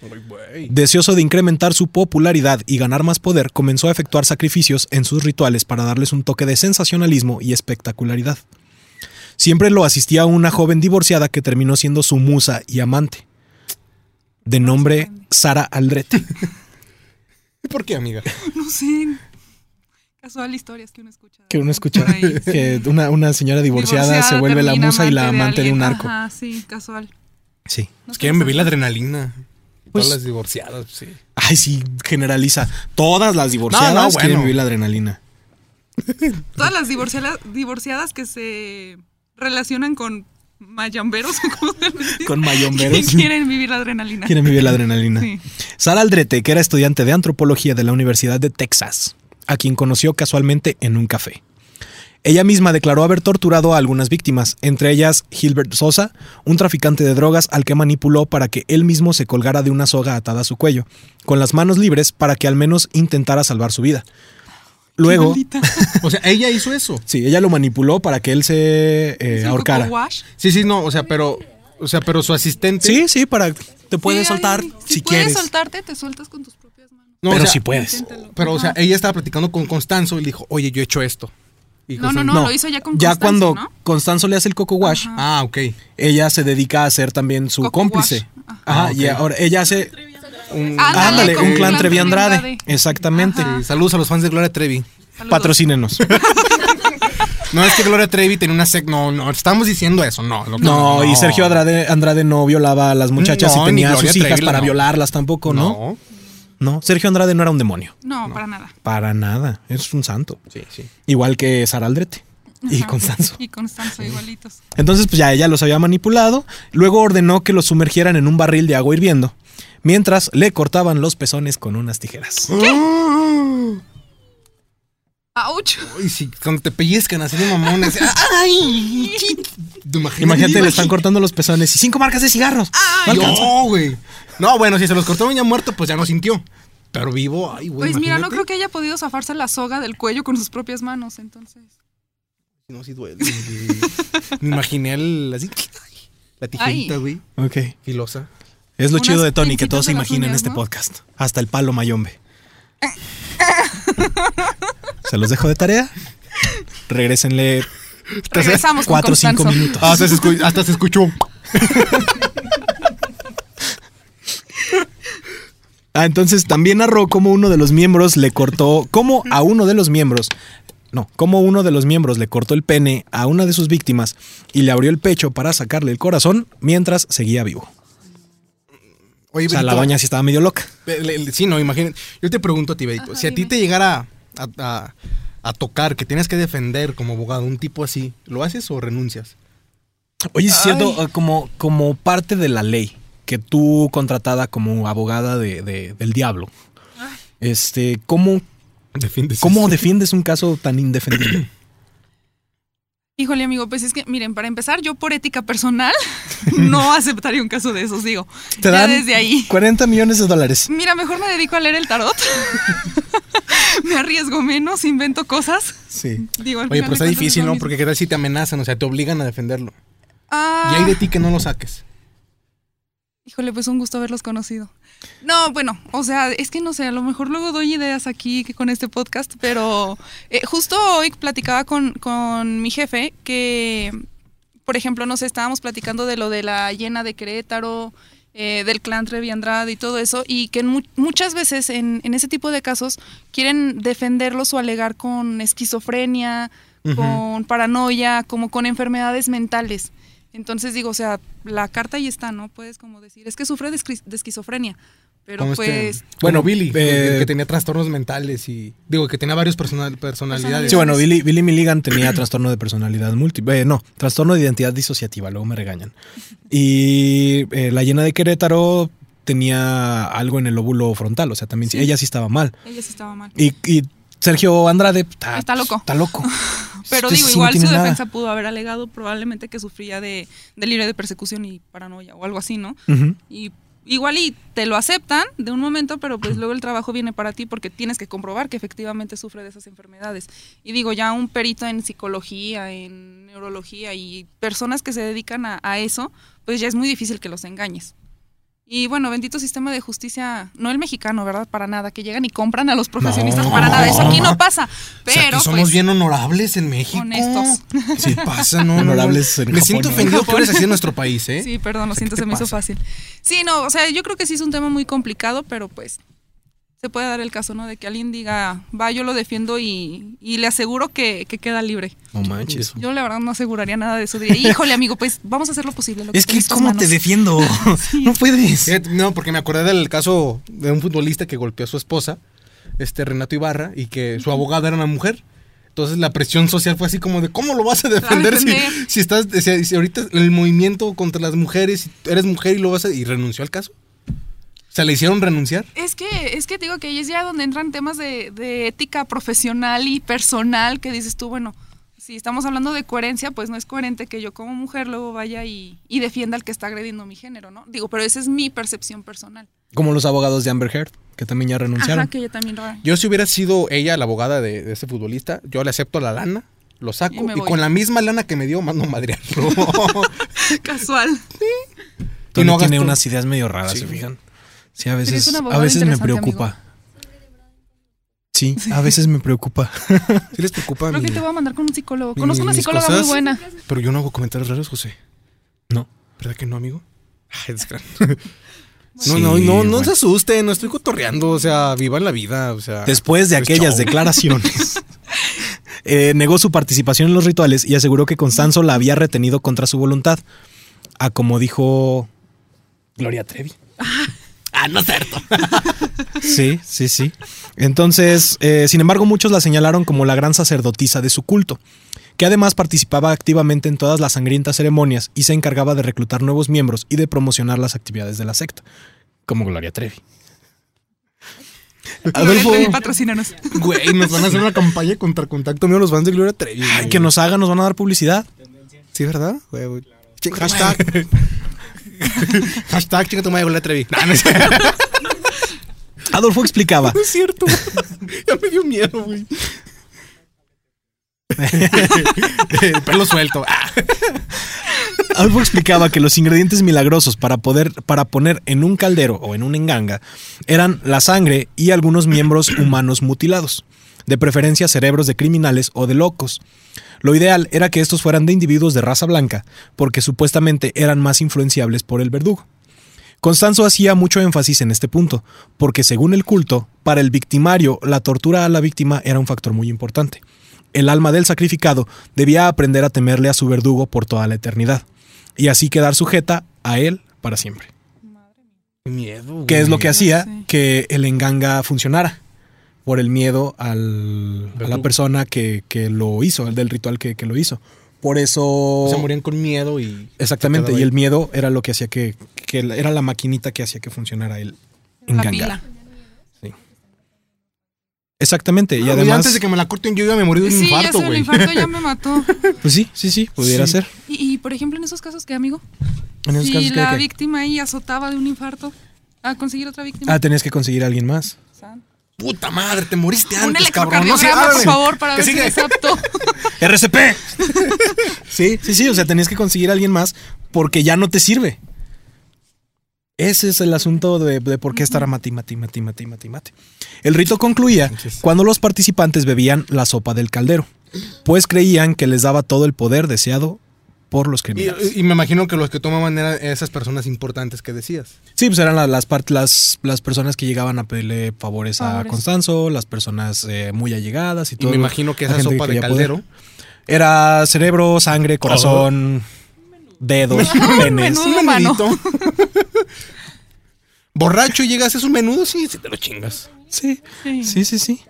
S2: Ay, güey.
S1: Deseoso de incrementar su popularidad y ganar más poder, comenzó a efectuar sacrificios en sus rituales para darles un toque de sensacionalismo y espectacularidad. Siempre lo asistía una joven divorciada que terminó siendo su musa y amante, de nombre Sara Aldrete.
S2: ¿Y ¿Por qué, amiga?
S3: No sé. Casual historias que uno escucha.
S1: Que uno escucha
S3: por ahí.
S1: que una, una señora divorciada, se vuelve la
S3: termina
S1: musa y la amante de, un
S3: alguien.
S1: narco.
S3: Ajá, sí, casual.
S1: Sí.
S3: No
S2: Es que me vi la
S3: piensa-
S2: adrenalina.
S1: Pues-
S2: Todas las divorciadas, sí.
S1: Ay, sí, generaliza. Todas las divorciadas
S2: No, no,
S1: quieren
S2: bueno.
S1: vivir la adrenalina.
S3: Todas las divorciadas, divorciadas que se relacionan con mayamberos o cómo se les dice?
S1: Con mayomberos.
S3: Que Quieren vivir la adrenalina.
S1: Quieren vivir la adrenalina.
S3: Sí.
S1: Sara Aldrete, que era estudiante de antropología de la Universidad de Texas, a quien conoció casualmente en un café. Ella misma declaró haber torturado a algunas víctimas, entre ellas Gilbert Sosa, un traficante de drogas al que manipuló para que él mismo se colgara de una soga atada a su cuello, con las manos libres para que al menos intentara salvar su vida. Luego, eh,
S3: Maldita.
S2: O sea, ella hizo eso.
S1: sí, ella lo manipuló para que él se eh,
S3: Es un
S1: ahorcara.
S3: coco wash.
S2: Sí, sí, no, o sea, pero, o sea, pero su asistente.
S1: Sí, sí, para te puedes
S3: Sí,
S1: soltar
S3: alguien-
S1: si,
S3: puedes
S1: quieres.
S3: soltarte, te sueltas con tus propias manos.
S2: No, o
S1: pero
S2: sea,
S1: si puedes.
S3: Inténtalo.
S2: Pero, o sea,
S3: Ajá.
S2: ella estaba platicando con Constanzo y le dijo, oye, yo he hecho esto. Y
S3: No,
S2: Constanzo-
S3: no, no. lo hizo ya con
S1: Ya
S3: Constanzo,
S1: cuando
S3: ¿no?
S1: Constanzo le hace el coco wash,
S2: Ah, ok.
S1: ella se dedica a ser también su
S3: Coco
S1: cómplice.
S3: wash. Ajá.
S1: Ajá,
S2: Ah, ok.
S1: y ahora ella hace.
S2: Un-
S3: Ah, Ándale,
S1: Ándale,
S3: con
S1: un clan
S3: Clan
S1: Trevi
S3: Trevi Andrade.
S1: Andrade. Exactamente.
S3: Ajá.
S2: Sí, saludos a los fans de Gloria Trevi.
S3: Saludos.
S1: Patrocínenos.
S2: No es que Gloria Trevi tenía una sec. No, no, estamos diciendo eso, no. loco,
S1: No, y Sergio Andrade, Andrade no violaba a las muchachas
S2: No,
S1: y
S2: ni
S1: tenía a
S2: Gloria
S1: sus hijas
S2: Trevi,
S1: para
S2: no.
S1: violarlas tampoco, ¿no?
S2: No.
S1: ¿no? Sergio Andrade no era un demonio.
S3: No, para nada.
S1: Para nada. Es un santo.
S2: Sí, sí.
S1: Igual que Sara Aldrete y
S3: Ajá.
S1: Constanzo.
S3: Y Constanzo, igualitos.
S1: Entonces, pues ya ella los había manipulado. Luego ordenó que los sumergieran en un barril de agua hirviendo, mientras le cortaban los pezones con unas tijeras.
S3: ¡Auch!
S2: Y si cuando te pellizcan así de mamones. ¡Ay! ¿Te imaginas?
S1: Imagínate, le están cortando los pezones y cinco marcas de cigarros. No
S2: Ay,
S1: alcanza.
S2: No, güey. No, bueno, si se los cortaron ya muerto, pues ya no sintió. Pero vivo, ay, güey.
S3: Pues mira, no
S2: imagínate.
S3: creo que haya podido zafarse la soga del cuello con sus propias manos, entonces.
S2: No, sí duele. güey. Me imaginé el, así, ay, la tijerita,
S3: Ay.
S2: güey,
S1: Ok.
S2: filosa.
S1: Es lo
S3: Unas
S1: chido de Tony, que todos
S3: pincitas
S1: se
S3: de las
S1: imaginan
S3: uñas,
S1: este
S3: ¿no?
S1: podcast. Hasta el palo mayombe. se los dejo de tarea. Regrésenle
S3: Regresamos con
S1: 4 o 5
S3: Constanzo.
S1: minutos.
S2: Hasta se, escu- hasta se escuchó.
S1: Ah, entonces también narró cómo uno de los miembros le cortó, cómo a uno de los miembros, no, cómo uno de los miembros le cortó el pene a una de sus víctimas y le abrió el pecho para sacarle el corazón mientras seguía vivo.
S2: Oye,
S1: O sea, la
S2: Benito,
S1: doña sí estaba medio loca.
S2: le- le- le- Sí, no, imagínate. Yo te pregunto a ti, Beito,
S3: Ajá,
S2: si a ti
S3: dime.
S2: te llegara a, a- a tocar, que tienes que defender como abogado un tipo así, ¿lo haces o renuncias?
S1: Oye, sí es cierto, eh, como, como parte de la ley, que tú contratada como abogada de- de- del diablo, este, ¿cómo,
S2: Defiendes.
S1: ¿cómo defiendes un caso tan indefendible?
S3: Híjole, amigo, pues es que, miren, para empezar, yo por ética personal no aceptaría un caso de esos, digo.
S1: Te
S3: ya
S1: dan
S3: desde ahí.
S1: 40 millones de dólares.
S3: Mira, mejor me dedico a leer el tarot. me arriesgo menos, invento cosas.
S1: Sí.
S3: Digo, al
S2: Oye, pero
S3: final de
S2: está
S3: cuentas es
S2: difícil,
S3: lo
S2: ¿no?
S3: mismo.
S2: Porque qué tal si te amenazan, o sea, te obligan a defenderlo.
S3: Ah,
S2: Y hay de ti que no lo saques.
S3: Híjole, pues un gusto haberlos conocido. No, bueno, o sea, es que no sé, a lo mejor luego doy ideas aquí que con este podcast, pero eh, justo hoy platicaba con, con mi jefe que, por ejemplo, no sé, estábamos platicando de lo de la llena de Querétaro, eh, del clan Trevi Andrade y todo eso, y que en mu- muchas veces en, en ese tipo de casos quieren defenderlos o alegar con esquizofrenia, con paranoia, como con enfermedades mentales. Entonces digo, o sea, la carta ahí está, ¿no? Puedes como decir, es que sufre de, esquiz- de esquizofrenia, pero
S2: Como este-
S3: pues...
S2: bueno,
S1: como,
S2: Billy,
S1: eh,
S2: que tenía trastornos mentales y. Digo, que tenía varios personal, personalidades.
S1: Sí, bueno, Billy, Billy Milligan tenía trastorno de personalidad múltiple. eh, no, trastorno de identidad disociativa, luego me regañan. Y eh, la llena de Querétaro tenía algo en el óvulo frontal, o sea, también
S3: Sí.
S1: ella sí estaba mal.
S3: Ella sí estaba mal.
S1: Y, y Sergio Andrade está,
S3: Está loco.
S1: Está loco.
S3: Pero
S1: Este
S3: digo,
S1: sí no
S3: igual
S1: tiene
S3: su
S1: nada.
S3: defensa pudo haber alegado probablemente que sufría de delirio de persecución y paranoia o algo así, ¿no?
S1: Ujú.
S3: Y igual y te lo aceptan de un momento, pero pues luego el trabajo viene para ti porque tienes que comprobar que efectivamente sufre de esas enfermedades. Y digo, ya un perito en psicología, en neurología y personas que se dedican a, a eso, pues ya es muy difícil que los engañes. Y bueno, bendito sistema de justicia, no el mexicano, ¿verdad? Para nada, que llegan y compran a los profesionistas
S2: No.
S3: para nada. Eso aquí no pasa.
S2: O sea,
S3: Pero
S2: aquí somos
S3: pues,
S2: bien honorables en México.
S3: honestos.
S2: Sí, pasa, no. no, no.
S1: Honorables en
S2: Me
S1: Japón,
S2: siento
S1: ¿no?
S2: ofendido por eso así en nuestro país, ¿eh?
S3: Sí, perdón, lo
S1: O sea,
S3: siento,
S1: ¿qué
S3: se
S1: te
S3: me hizo
S1: pasa?
S3: fácil. Sí, no, o sea, yo creo que sí es un tema muy complicado, pero pues se puede dar el caso, ¿no? De que alguien diga, va, yo lo defiendo y, y le aseguro que, que queda libre.
S1: No manches.
S3: Yo la verdad no aseguraría nada de eso. Diría, híjole, amigo, pues vamos a hacer lo posible. lo
S1: Es
S3: esté
S1: que,
S3: en tus
S1: ¿cómo te
S3: manos".
S1: defiendo? No puedes.
S2: Fíjate, No, porque me acordé del caso de un futbolista que golpeó a su esposa, este Renato Ibarra, y que su abogada era una mujer. Entonces la presión social fue así como de, ¿cómo lo vas a defender si,
S3: defender.
S2: si estás, si, si ahorita el movimiento contra las mujeres, si eres mujer y lo vas a... Y renunció al caso. O sea, le hicieron renunciar.
S3: Es que, es que te digo que ahí es ya donde entran temas de, de ética profesional y personal que dices tú, bueno, si estamos hablando de coherencia, pues no es coherente que yo como mujer luego vaya y, y defienda al que está agrediendo mi género, ¿no? Digo, pero esa es mi percepción personal.
S1: Como los abogados de Amber Heard, que también ya renunciaron.
S3: Ajá, que yo también lo
S2: Yo si hubiera sido ella la abogada de, de ese futbolista, yo le acepto la lana, lo
S3: Y
S2: saco
S3: me
S2: y,
S3: voy.
S2: con la misma lana que me dio mando a madrearlo.
S3: casual.
S1: Tony
S2: Y no
S1: tiene
S2: gastó.
S1: unas ideas medio raras,
S2: Sí.
S1: ¿se fijan? Sí, a
S3: es
S1: veces,
S3: un
S1: a
S3: abogado
S1: veces me
S3: interesante,
S1: preocupa. Sí, a veces me preocupa.
S2: ¿Sí les preocupa?
S3: Creo que
S2: mi-
S3: te voy a mandar con un psicólogo.
S2: mi-
S3: Conozco una
S2: mis
S3: psicóloga
S2: cosas.
S3: muy buena.
S2: Pero yo no hago comentarios raros, José.
S1: No.
S2: ¿Verdad que no, amigo? Ay, es gran-
S1: Sí,
S2: no, no, no, no
S1: bueno.
S2: se asusten, no estoy cotorreando, o sea, vivan la vida, o sea.
S1: Después de
S2: Pues
S1: aquellas
S2: chao.
S1: declaraciones, eh, negó su participación en los rituales y aseguró que Constanzo la había retenido contra su voluntad. A como dijo Gloria Trevi.
S2: Ah, no es cierto.
S1: Sí, sí, sí. Entonces, eh, sin embargo, muchos la señalaron como la gran sacerdotisa de su culto, que además participaba activamente en todas las sangrientas ceremonias y se encargaba de reclutar nuevos miembros y de promocionar las actividades de la secta, como Gloria Trevi.
S2: Adolfo.
S3: Trevi, patrocínanos.
S2: Güey, nos van a hacer una campaña contra contacto mío los fans de Gloria Trevi.
S1: Ay,
S2: güey.
S1: que nos hagan, nos van a dar publicidad.
S2: Sí, ¿verdad? Güey, güey. Ching- Hashtag. Hashtag chinga tu madre Gloria Trevi. No, no es cierto.
S1: Adolfo explicaba
S2: No es cierto. ya me dio miedo, güey. Eh, Pelo suelto. Ah.
S1: Albo explicaba que los ingredientes milagrosos para poder para poner en un caldero o en un enganga eran la sangre y algunos miembros humanos mutilados, de preferencia cerebros de criminales o de locos. Lo ideal era que estos fueran de individuos de raza blanca, porque supuestamente eran más influenciables por el verdugo. Constanzo hacía mucho énfasis en este punto, porque según el culto, para el victimario la tortura a la víctima era un factor muy importante. El alma del sacrificado debía aprender a temerle a su verdugo por toda la eternidad, y así quedar sujeta a él para siempre.
S2: Miedo. güey.
S1: Que es lo que hacía
S3: sé.
S1: que el enganga funcionara, por el miedo al- a la
S2: Verdugo.
S1: persona que, que lo hizo, el del ritual que, que lo hizo. Por eso...
S2: Se morían con miedo y.
S1: Exactamente,
S2: se quedaba
S1: y el
S2: ahí.
S1: miedo era lo que hacía que, que la- era la maquinita que hacía que funcionara el
S3: La
S1: enganga.
S3: pila.
S1: Exactamente, y
S2: Ah, güey,
S1: además,
S2: Antes de que me la corten, yo iba a morir de un
S3: Sí, ya
S2: infarto,
S3: sé, el
S2: güey.
S3: infarto ya me mató.
S1: pues sí, sí, sí, pudiera
S2: Sí.
S1: ser.
S3: Y, y, por ejemplo, en esos casos, ¿qué, amigo?
S1: En esos
S3: si
S1: casos, ¿qué-
S3: la
S1: qué?
S3: víctima ahí azotaba de un infarto a conseguir otra víctima.
S1: Ah, tenías que conseguir a alguien más.
S3: San.
S2: Puta madre, te moriste
S3: un
S2: antes, pues, cabrón. No se
S3: electrocardiograma, por favor, para
S2: ¿Qué
S3: ver si
S2: sigue?
S3: es apto.
S1: RCP. sí, sí, sí, o sea, tenías que conseguir a alguien más porque ya no te sirve. Ese es el asunto de, de por qué estar a mati, mati, mati, mati, mati, mati. El rito concluía
S2: Manches.
S1: cuando los participantes bebían la sopa del caldero, pues creían que les daba todo el poder deseado por los criminales.
S2: Y, y me imagino que los que tomaban eran esas personas importantes que decías.
S1: Sí, pues eran la- las, part- las, las personas que llegaban a pedirle favores a
S3: Favores.
S1: Constanzo, las personas eh, muy allegadas y
S2: Y
S1: todo.
S2: me imagino que
S1: la
S2: esa
S1: gente
S2: sopa de
S1: quería poder.
S2: caldero.
S1: Era cerebro, sangre, corazón, dedos, penes.
S3: menú.
S2: Un
S3: Un humano.
S2: menudito. Borracho llegas, es un menudo, sí, sí te lo chingas.
S1: Sí, sí, sí, sí.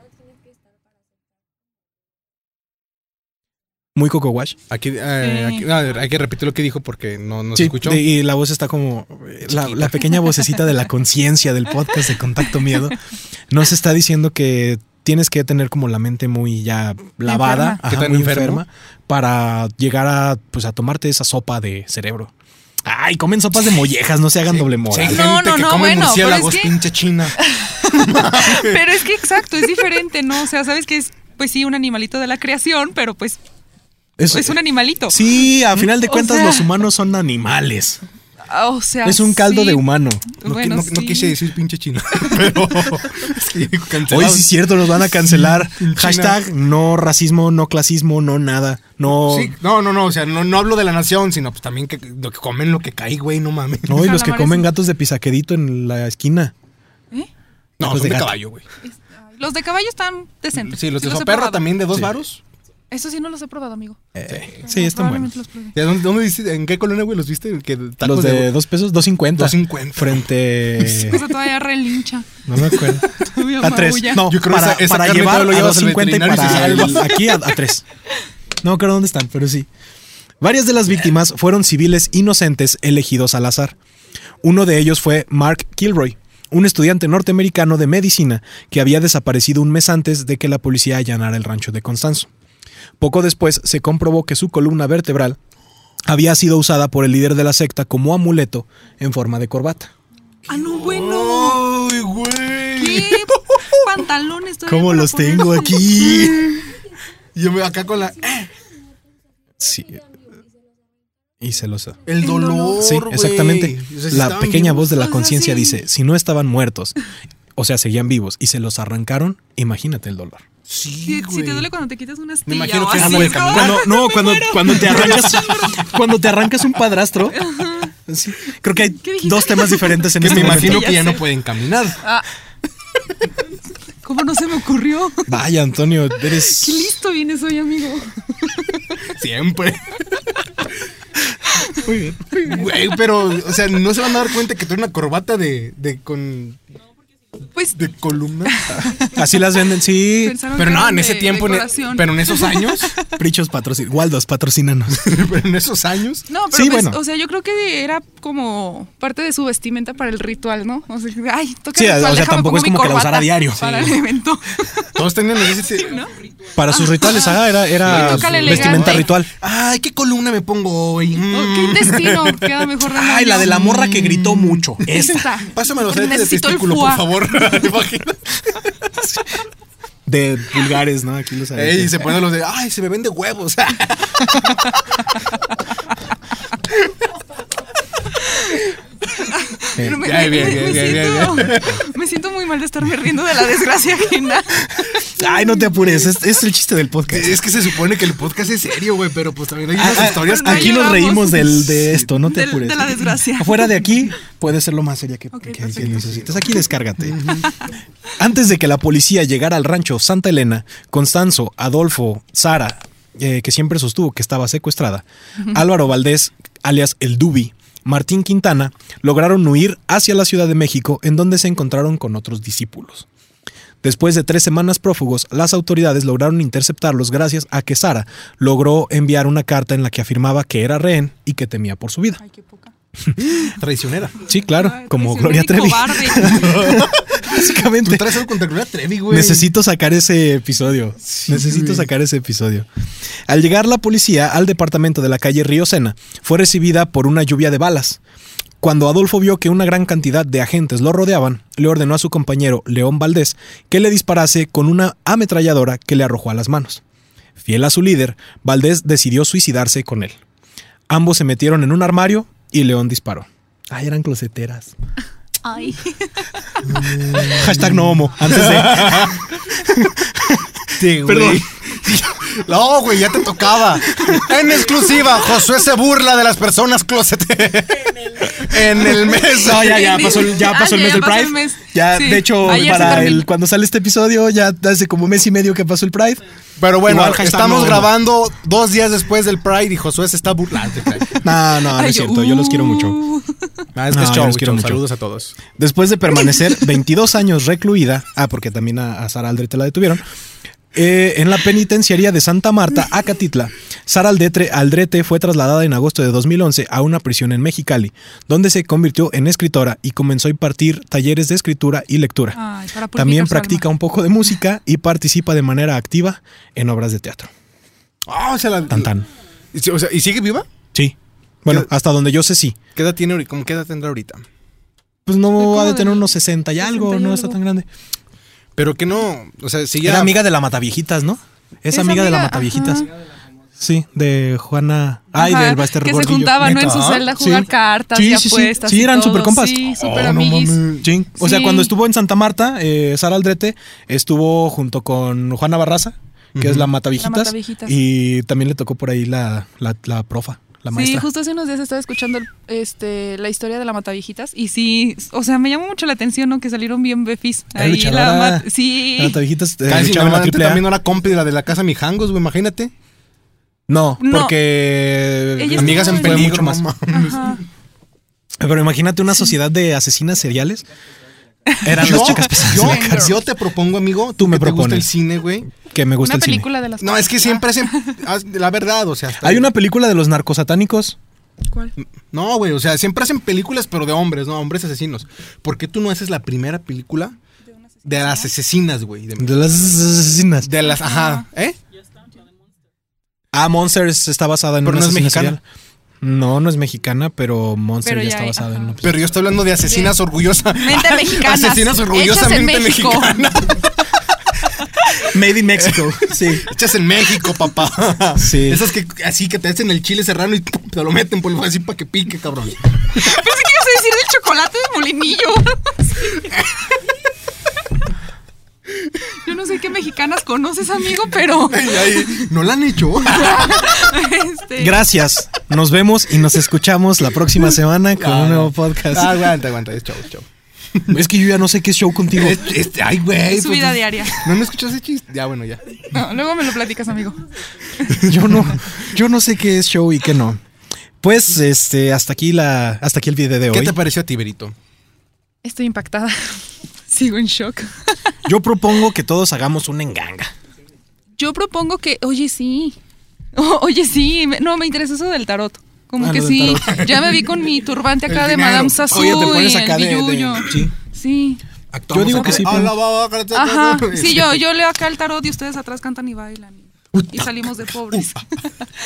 S1: Muy coco wash.
S2: Aquí, eh,
S3: Sí.
S2: aquí- no, a ver, hay que repetir lo que dijo porque no, no
S1: Sí,
S2: se escuchó.
S1: de- y la voz está como eh, la, la pequeña vocecita de la conciencia del podcast de Contacto Miedo. Nos está diciendo que tienes que tener como la mente muy ya lavada,
S3: Enferma.
S1: ajá,
S2: ¿Qué tan
S1: muy
S2: enfermo?
S1: enferma, para llegar a pues a tomarte esa sopa de cerebro. Ay, comen sopas de mollejas, no se hagan doble
S2: Sí, hay
S1: moral.
S3: No, no, no, bueno, pero
S2: murciélagos,
S3: es que-
S2: pinche china.
S3: Pero es que exacto, es diferente, ¿no? O sea, sabes que es, pues sí, un animalito de la creación, pero pues es, un animalito.
S1: Sí, a final de
S3: O
S1: cuentas
S3: sea-
S1: los humanos son animales.
S3: Ah, O sea,
S1: Es un caldo
S3: sí.
S1: de humano.
S2: No,
S3: Bueno,
S2: qui- no- no
S3: sí.
S2: quise decir pinche china, pero es que
S1: Hoy
S2: cancelado.
S1: sí es cierto, nos van a cancelar.
S2: en China.
S1: Hashtag no racismo, no clasismo, no nada. No.
S2: Sí, no, no, no, o sea, no, no hablo de la nación, sino pues también que, lo que comen lo que cae, güey, no mames.
S1: No, y los que
S3: Calamares.
S1: comen gatos de pisaquerito en la esquina.
S3: ¿Eh?
S2: No,
S1: Tacos de
S2: son pues, de
S1: gato.
S2: caballo, güey.
S3: Es- ay, Los Este, de caballo están decentes.
S2: Sí, los de
S3: he
S2: Soperro
S3: probado.
S2: también de dos
S1: Sí.
S2: varos.
S3: Eso sí no los he probado, amigo.
S1: Eh,
S3: Pero
S1: sí, están buenos.
S3: probablemente los pruebe.
S2: ¿De dónde, dónde dices- ¿En qué colonia, güey, los viste? Que
S1: Los
S2: tacos
S1: de dos pesos, dos cincuenta.
S2: 2.50. Eh.
S1: Frente
S3: Esa todavía relincha.
S2: No me acuerdo.
S3: Todavía
S1: a tres.
S3: magulla.
S1: No,
S2: Yo creo
S1: para,
S2: esa- esa
S1: para
S2: carne
S1: llevar a
S2: todavía lo llevas al
S1: 2.50 y
S2: veterinario y
S1: para
S2: se
S1: el-
S2: salva.
S1: aquí a, a tres. No creo dónde están, pero sí. Varias de las víctimas fueron civiles inocentes elegidos al azar. Uno de ellos fue Mark Kilroy, un estudiante norteamericano de medicina que había desaparecido un mes antes de que la policía allanara el rancho de Constanzo. Poco después se comprobó que su columna vertebral había sido usada por el líder de la secta como amuleto en forma de corbata.
S3: Ah, no, bueno.
S2: ¡Uy, güey!
S3: ¿Qué pantalones todavía
S1: ¿Cómo
S3: para
S1: los
S3: ponerse?
S1: tengo aquí?
S2: Yo me acá con la. ¡eh!
S1: Sí. Y celosa.
S2: El dolor.
S1: Sí,
S2: güey.
S1: exactamente.
S2: O sea, si
S1: La
S2: estaban
S1: pequeña
S2: vivos.
S1: voz de
S3: O
S1: la
S3: sea,
S1: conciencia
S3: sí.
S1: dice, si no estaban muertos, o sea, seguían vivos y se los arrancaron, imagínate el dolor.
S2: Sí,
S3: Si,
S2: güey.
S3: si te duele cuando te quitas una astilla
S2: imagino
S3: o
S2: que
S3: así,
S2: no puede
S3: es como,
S2: caminar.
S3: "Ah,
S1: Cuando, no,
S3: me
S1: cuando,
S3: muero".
S1: cuando te arrancas, cuando te arrancas un padrastro. sí, creo que hay
S3: ¿Qué dijiste?
S1: dos temas diferentes en
S2: Que
S1: este
S2: me
S1: momento.
S2: imagino
S3: Ya
S2: que ya
S3: sé.
S2: no pueden caminar.
S3: Ah. ¿Cómo no se me ocurrió?
S1: Vaya, Antonio, eres.
S3: Qué listo vienes hoy, amigo.
S2: Siempre. Muy bien. Güey, pero, o sea, no se van a dar cuenta que tiene una corbata de, de con
S3: Pues
S2: de columna.
S1: Así las venden, sí.
S3: pensaron
S2: Pero
S3: que
S2: no,
S3: eran
S2: en ese
S3: de
S2: tiempo, en- e-,
S3: decoración.
S2: pero en esos años,
S1: Prichos patrocin, Waldos, patrocínanos.
S2: pero en esos años,
S3: No, pero
S1: Sí,
S3: pues,
S1: bueno.
S3: o sea, yo creo que era como parte de su vestimenta para el ritual, ¿no? O sea, ay, toca
S1: Sí,
S3: el ritual,
S1: o sea,
S3: déjame
S1: tampoco
S3: pongo
S1: es
S3: mi
S1: como que la usara
S3: corbata
S1: a diario.
S3: Para
S1: Sí.
S3: el evento.
S2: todos tenían ese.
S1: Para sus rituales, ah, era, era
S3: Y tócale
S1: vestimenta
S3: elegante.
S1: ritual.
S2: Ay, qué columna me pongo hoy. Mm.
S3: Oh, ¿Qué intestino queda mejor de
S1: Ay, la de la morra que gritó mucho. Mm. Esta.
S3: Esta.
S2: Pásame los
S3: Porque
S2: aretes de
S3: necesito el
S2: testículo,
S3: foie.
S2: por favor. Imagina.
S1: De pulgares, ¿no? Aquí los
S2: Ey,
S1: aretes.
S2: se ponen los de, ay, se me vende huevos.
S3: Pero Me,
S2: Ya,
S3: me-
S2: bien,
S3: me-
S2: bien,
S3: me
S2: bien,
S3: siento, me siento muy mal de estarme riendo de la desgracia ajena.
S1: Ay, no te apures, es, es el chiste del podcast.
S2: es que se supone que el podcast es serio, güey, pero pues también hay unas
S1: Ah, ah,
S2: historias
S3: pero no
S1: aquí
S3: hay-
S2: que...
S1: nos
S3: llegamos.
S1: reímos del, de esto, no te
S3: Del-
S1: apures.
S3: de la desgracia.
S1: Afuera de aquí puede ser lo más seria que,
S3: Ok,
S1: que- que
S3: perfecto.
S1: necesites. Aquí descárgate. Antes de que la policía llegara al rancho Santa Elena, Constanzo, Adolfo, Sara, eh, que siempre sostuvo que estaba secuestrada, Álvaro Valdés, alias el Dubi, Martín Quintana, lograron huir hacia la Ciudad de México, en donde se encontraron con otros discípulos. Después de tres semanas prófugos, las autoridades lograron interceptarlos gracias a que Sara logró enviar una carta en la que afirmaba que era rehén y que temía por su vida.
S3: Ay, qué poca.
S2: Traicionera.
S1: Sí, claro,
S3: Ay,
S1: como
S3: traicionera
S1: Gloria
S3: y
S1: Trevi.
S3: cobarde.
S2: Tú
S1: Básicamente.
S2: traes algo contra Gloria Trevi, güey.
S1: Necesito sacar ese episodio. Necesito
S2: güey.
S1: sacar ese episodio. Al llegar la policía al departamento de la calle Río Sena, fue recibida por una lluvia de balas. Cuando Adolfo vio que una gran cantidad de agentes lo rodeaban, le ordenó a su compañero León Valdés que le disparase con una ametralladora que le arrojó a las manos. Fiel a su líder, Valdés decidió suicidarse con él. Ambos se metieron en un armario y León disparó. Ah, eran closeteras.
S3: Ay.
S1: Hashtag no homo. Antes de.
S2: Sí, güey.
S1: Perdón.
S2: No, güey, ya te tocaba. En exclusiva, Josué se burla de las personas closet. En el mes.
S1: No, ya, ya pasó, el- ya
S3: Ah,
S1: pasó el
S3: ya,
S1: mes
S3: ya
S1: del
S3: pasó
S1: Pride.
S3: el mes.
S1: Ya,
S3: Sí.
S1: de hecho,
S3: Ayer se
S1: para
S3: terminó.
S1: el, cuando sale este episodio, ya hace como mes y medio que pasó el Pride.
S2: Pero bueno,
S1: Igual hashtag
S2: estamos
S1: no,
S2: grabando dos días después del Pride y Josué se está burlando.
S1: No, no, no
S3: Ay,
S1: es cierto. Yo los quiero mucho.
S3: uh.
S2: Ah, es
S1: No,
S2: que es
S1: yo
S2: show,
S1: los quiero
S2: show.
S1: mucho.
S2: Saludos a todos.
S1: Después de permanecer 22 años recluida, ah, porque también a, a Sara Aldrete la detuvieron, eh, en la penitenciaría de Santa Marta, Acatitla, Sara Aldrete, Aldrete fue trasladada en agosto de 2011 a una prisión en Mexicali, donde se convirtió en escritora y comenzó a impartir talleres de escritura y lectura.
S3: Ay, para purificar
S1: También
S3: su alma.
S1: practica un poco de música y participa de manera activa en obras de teatro.
S2: Ah, o sea, la-
S1: Tan tan.
S2: Y- o sea, ¿y sigue viva?
S1: Sí. Bueno,
S2: ¿Qué-
S1: hasta donde yo sé sí.
S2: ¿Qué edad tiene ahorita? ¿Cómo qué edad tendrá ahorita?
S1: Pues no
S3: ¿Cómo
S1: ha de
S3: de-
S1: tener unos 60 y algo,
S3: 60 y
S1: no está
S3: algo?
S1: tan grande.
S2: Pero que no, o sea, si ya
S1: Era amiga de la Mataviejitas, ¿no? Es,
S3: Es
S1: amiga, de la
S3: amiga,
S1: Mataviejitas.
S3: ajá.
S1: Sí, de Juana. Ay,
S3: Ajá,
S1: del Baster
S3: Que se
S1: Gordillo.
S3: juntaban ¿no? en su
S2: ¿Neta?
S3: celda a jugar
S1: Sí.
S3: cartas
S1: Sí,
S3: y
S1: sí, sí.
S3: apuestas.
S1: Sí,
S3: y
S1: eran
S3: todo.
S1: supercompas.
S3: Sí, super
S2: Oh, no
S3: amiguis.
S2: mames.
S1: Sí. O sea,
S3: Sí.
S1: cuando estuvo en Santa Marta, eh, Sara Aldrete estuvo junto con Juana Barraza, que es la Mataviejitas.
S3: Mataviejitas.
S1: Y también le tocó por ahí la, la, la profa. la maestra.
S3: Sí, justo hace unos días estaba escuchando el- este, la historia de la Mataviejitas y sí, o sea, me llamó mucho la atención, ¿no? Que salieron bien befis.
S1: Era luchadora.
S3: mat- sí.
S1: La Taviejitas, eh,
S2: Casi,
S1: luchaba en la
S2: no, antes
S1: AAA.
S2: también no era compi de la de la casa Mijangos, güey, imagínate.
S1: No,
S3: No.
S1: porque
S3: Ella
S1: amigas en
S3: estuvo en-
S1: peligro
S2: Fue mucho
S1: más.
S2: más.
S3: Ajá.
S1: Pero imagínate una sociedad de asesinas seriales. Eran las chicas pesadas
S2: yo,
S1: en la cárcel.
S2: yo te propongo, amigo, tú
S1: me
S2: me propones. te gusta
S1: propones.
S2: el cine, güey.
S1: Que me gusta
S3: Una
S1: el cine.
S3: película de las Ah,
S2: No, es que siempre hacen. haz- La verdad, o sea. hasta-
S1: Hay una película de los narcosatánicos.
S3: ¿Cuál?
S2: No, güey, o sea, siempre hacen películas, pero de hombres, ¿no? Hombres asesinos. ¿Por qué tú no haces la primera película de las asesinas, güey? De,
S1: De las asesinas.
S2: de las. Ajá, ¿eh?
S1: Ah, Monsters está basada en
S2: Pero
S1: una
S2: no es
S1: asesina
S2: mexicana.
S1: serial. No, no es mexicana, pero Monsters
S3: Pero
S1: ya,
S3: ya
S1: está
S3: hay,
S1: basada en
S3: ajá.
S1: una.
S2: Pero yo estoy hablando de asesinas orgullosas.
S3: Mente mexicana.
S2: Asesinas orgullosamente mexicanas.
S1: Made in Mexico. sí.
S2: Hechas en México, papá.
S1: Sí.
S2: Esas que así que te hacen el chile serrano y pum, te lo meten por el así para que pique, cabrón.
S3: Pensé que ibas a decir del chocolate de molinillo. Yo no sé qué mexicanas conoces, amigo, pero.
S2: Ay, ay, no la han hecho.
S1: Ah,
S3: este,
S1: Gracias. Nos vemos y nos escuchamos la próxima semana con un nuevo podcast.
S2: Ah, aguanta, aguanta, es chau, chau.
S1: Es que yo ya no sé qué es show contigo.
S2: Es- este, ay, güey.
S3: Es su
S1: pues,
S3: vida diaria.
S2: ¿No me escuchas ese chiste? Ya, bueno, ya.
S3: no, luego me lo platicas, amigo.
S1: Yo no, yo no sé qué es show y qué no. Pues este, hasta aquí la, hasta aquí el video de
S2: ¿Qué
S1: hoy.
S2: te pareció a ti, Berito?
S3: Estoy impactada. Sigo en shock.
S1: Yo propongo que todos hagamos una enganga.
S3: Yo propongo que, oye, sí. O- oye, sí. me- No, me interesa eso del tarot. Como
S1: Ah,
S3: que
S1: lo del
S3: sí.
S1: tarot.
S3: Ya me vi con mi turbante
S2: El
S3: acá de
S2: dinero.
S3: Madame Sassou
S1: Oye, te pones
S3: y
S1: acá
S3: el
S1: de- de-
S3: billuyo.
S1: sí.
S3: Sí.
S1: Yo digo que sí, pero-
S2: Hola, Ah, va, va, va, va,
S3: Ajá.
S2: va.
S3: Sí, yo, yo leo acá el tarot y ustedes atrás cantan y bailan. Y salimos de pobres.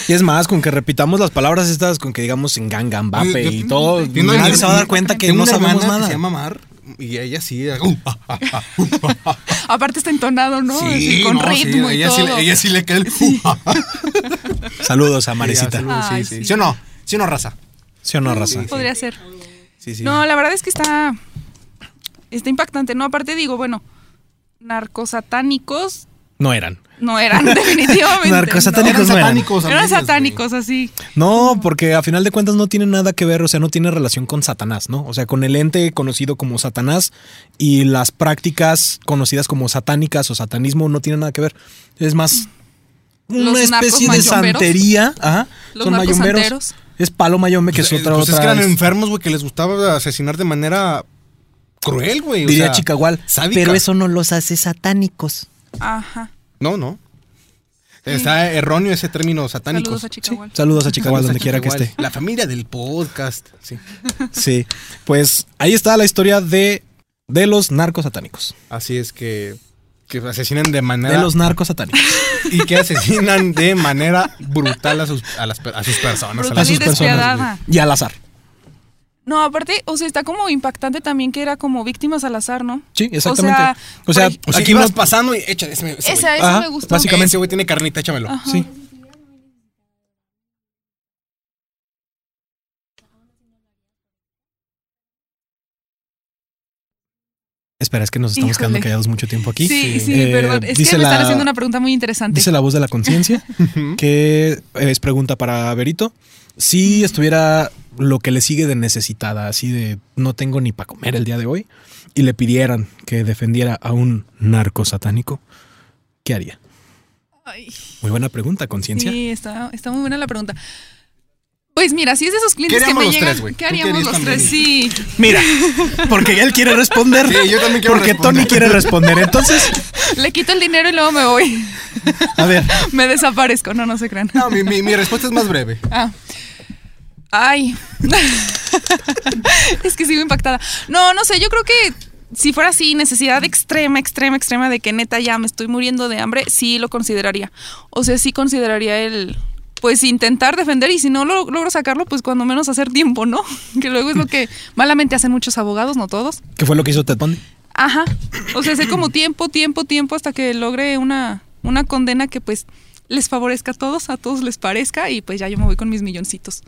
S1: Y es más, con que repitamos las palabras estas, con que digamos enganga, Mbappé
S2: Oye, yo-
S1: y todo,
S2: yo no-
S1: nadie
S2: yo-
S1: se va a dar cuenta que no
S2: Tengo una
S1: sabemos
S2: hermana que se
S1: nada.
S2: llama Mar y ella sí. uh, ah, ah, ah, uh, ah, ah.
S3: Aparte está entonado, ¿no? Así, con
S2: no, sí,
S3: ritmo y
S2: ella sí
S3: todo.
S2: le- ella sí le cae el. uh, ah, ah.
S1: Saludos a
S2: Sí,
S1: Marecita.
S2: saludos,
S3: Ay,
S2: sí, sí.
S3: sí.
S2: ¿Sí o no? ¿Sí o no, raza?
S1: ¿Sí o no, raza?
S3: Podría ser.
S2: Sí, sí.
S3: No, la verdad es que está. Está impactante, ¿no? Aparte digo, bueno, narcosatánicos
S1: No eran.
S3: no eran, definitivamente. no.
S1: Narcosatánicos.
S2: Eran
S1: no eran.
S2: satánicos.
S3: Eran
S2: amigas, güey.
S3: satánicos, así.
S1: No, porque a final de cuentas no tiene nada que ver, o sea, no tiene relación con Satanás, ¿no? O sea, con el ente conocido como Satanás y las prácticas conocidas como satánicas o satanismo no tienen nada que ver. Es más, una
S3: Los narcos
S1: especie de
S3: mayomberos.
S1: santería. Ajá.
S3: Los
S1: son
S3: narcos
S1: mayomberos.
S3: santeros.
S1: Es palo mayombe, que es
S2: Pues, eh,
S1: otra.
S2: pues es que
S1: otra-
S2: eran enfermos, güey, que les gustaba asesinar de manera cruel, güey. o
S1: diría
S2: sea,
S1: Chicagual.
S2: sádica.
S1: Pero eso no los hace satánicos.
S3: Ajá.
S2: No, no. Está erróneo ese término satánico.
S3: Saludos a Chicahual.
S1: Saludos a Chicagual,
S2: Saludos a
S1: donde quiera que
S2: Chicahual.
S1: esté.
S2: La familia del podcast. Sí.
S1: Sí. Pues ahí está la historia de, de los narcos satánicos.
S2: Así es que, que asesinan de
S1: De
S2: manera.
S1: los narcos satánicos.
S2: Y que asesinan de manera brutal a sus, a las, per- a sus personas.
S3: Brutal
S1: a
S2: las-
S1: sus
S3: y despiadada.
S1: personas. güey. Y al azar.
S3: No, aparte, o sea, está como impactante también que era como víctimas al azar, ¿no?
S1: Sí, exactamente. O
S3: O
S1: sea,
S3: sea,
S2: O sea,
S1: Aquí
S2: Aquí vas
S1: no-
S2: pasando y échale. Ese,
S3: por ahí-
S2: ese, güey.
S3: esa, esa
S1: Ajá,
S3: me gustó.
S1: básica- básicamente.
S2: Ese güey tiene carnita, échamelo.
S3: Ajá.
S1: Sí. Espera, es que nos estamos quedando
S3: Híjole.
S1: callados mucho tiempo aquí.
S3: Sí, sí,
S1: Eh,
S3: perdón. Es
S1: dice
S3: que me están
S1: la-
S3: haciendo una pregunta muy interesante.
S1: Dice la voz de la conciencia, que es pregunta para Berito. Si estuviera lo que le sigue de necesitada, así de no tengo ni para comer el día de hoy, y le pidieran que defendiera a un narco satánico, ¿qué haría?
S3: Ay,
S1: Muy buena pregunta, conciencia.
S3: sí, está, está muy buena la pregunta. Pues mira, si es de esos clientes que
S2: haríamos
S3: me
S2: los
S3: llegan,
S2: tres, güey?
S3: ¿qué
S2: ¿Tú qué
S3: haríamos
S2: harías
S3: los
S2: también?
S3: tres? Sí.
S1: Mira, porque él quiere responder.
S2: Sí, yo también quiero
S1: Porque
S2: responder.
S1: Tony quiere responder. Entonces,
S3: Le quito el dinero y luego me voy.
S1: a ver,
S3: me desaparezco. No, no se crean.
S2: No, mi, mi- mi respuesta es más breve.
S3: Ah. Ay. es que sigo impactada. No, no sé, yo creo que si fuera así, necesidad extrema, extrema, extrema de que neta ya me estoy muriendo de hambre, sí lo consideraría. O sea, sí consideraría el pues intentar defender y si no lo logro sacarlo, pues cuando menos hacer tiempo, ¿no? Que luego es lo que malamente hacen muchos abogados, no todos.
S1: ¿qué fue lo que hizo Ted Bundy?
S3: Ajá. O sea, hacer como tiempo, tiempo, tiempo hasta que logre una, una condena que pues les favorezca a todos, a todos les parezca y pues ya yo me voy con mis milloncitos.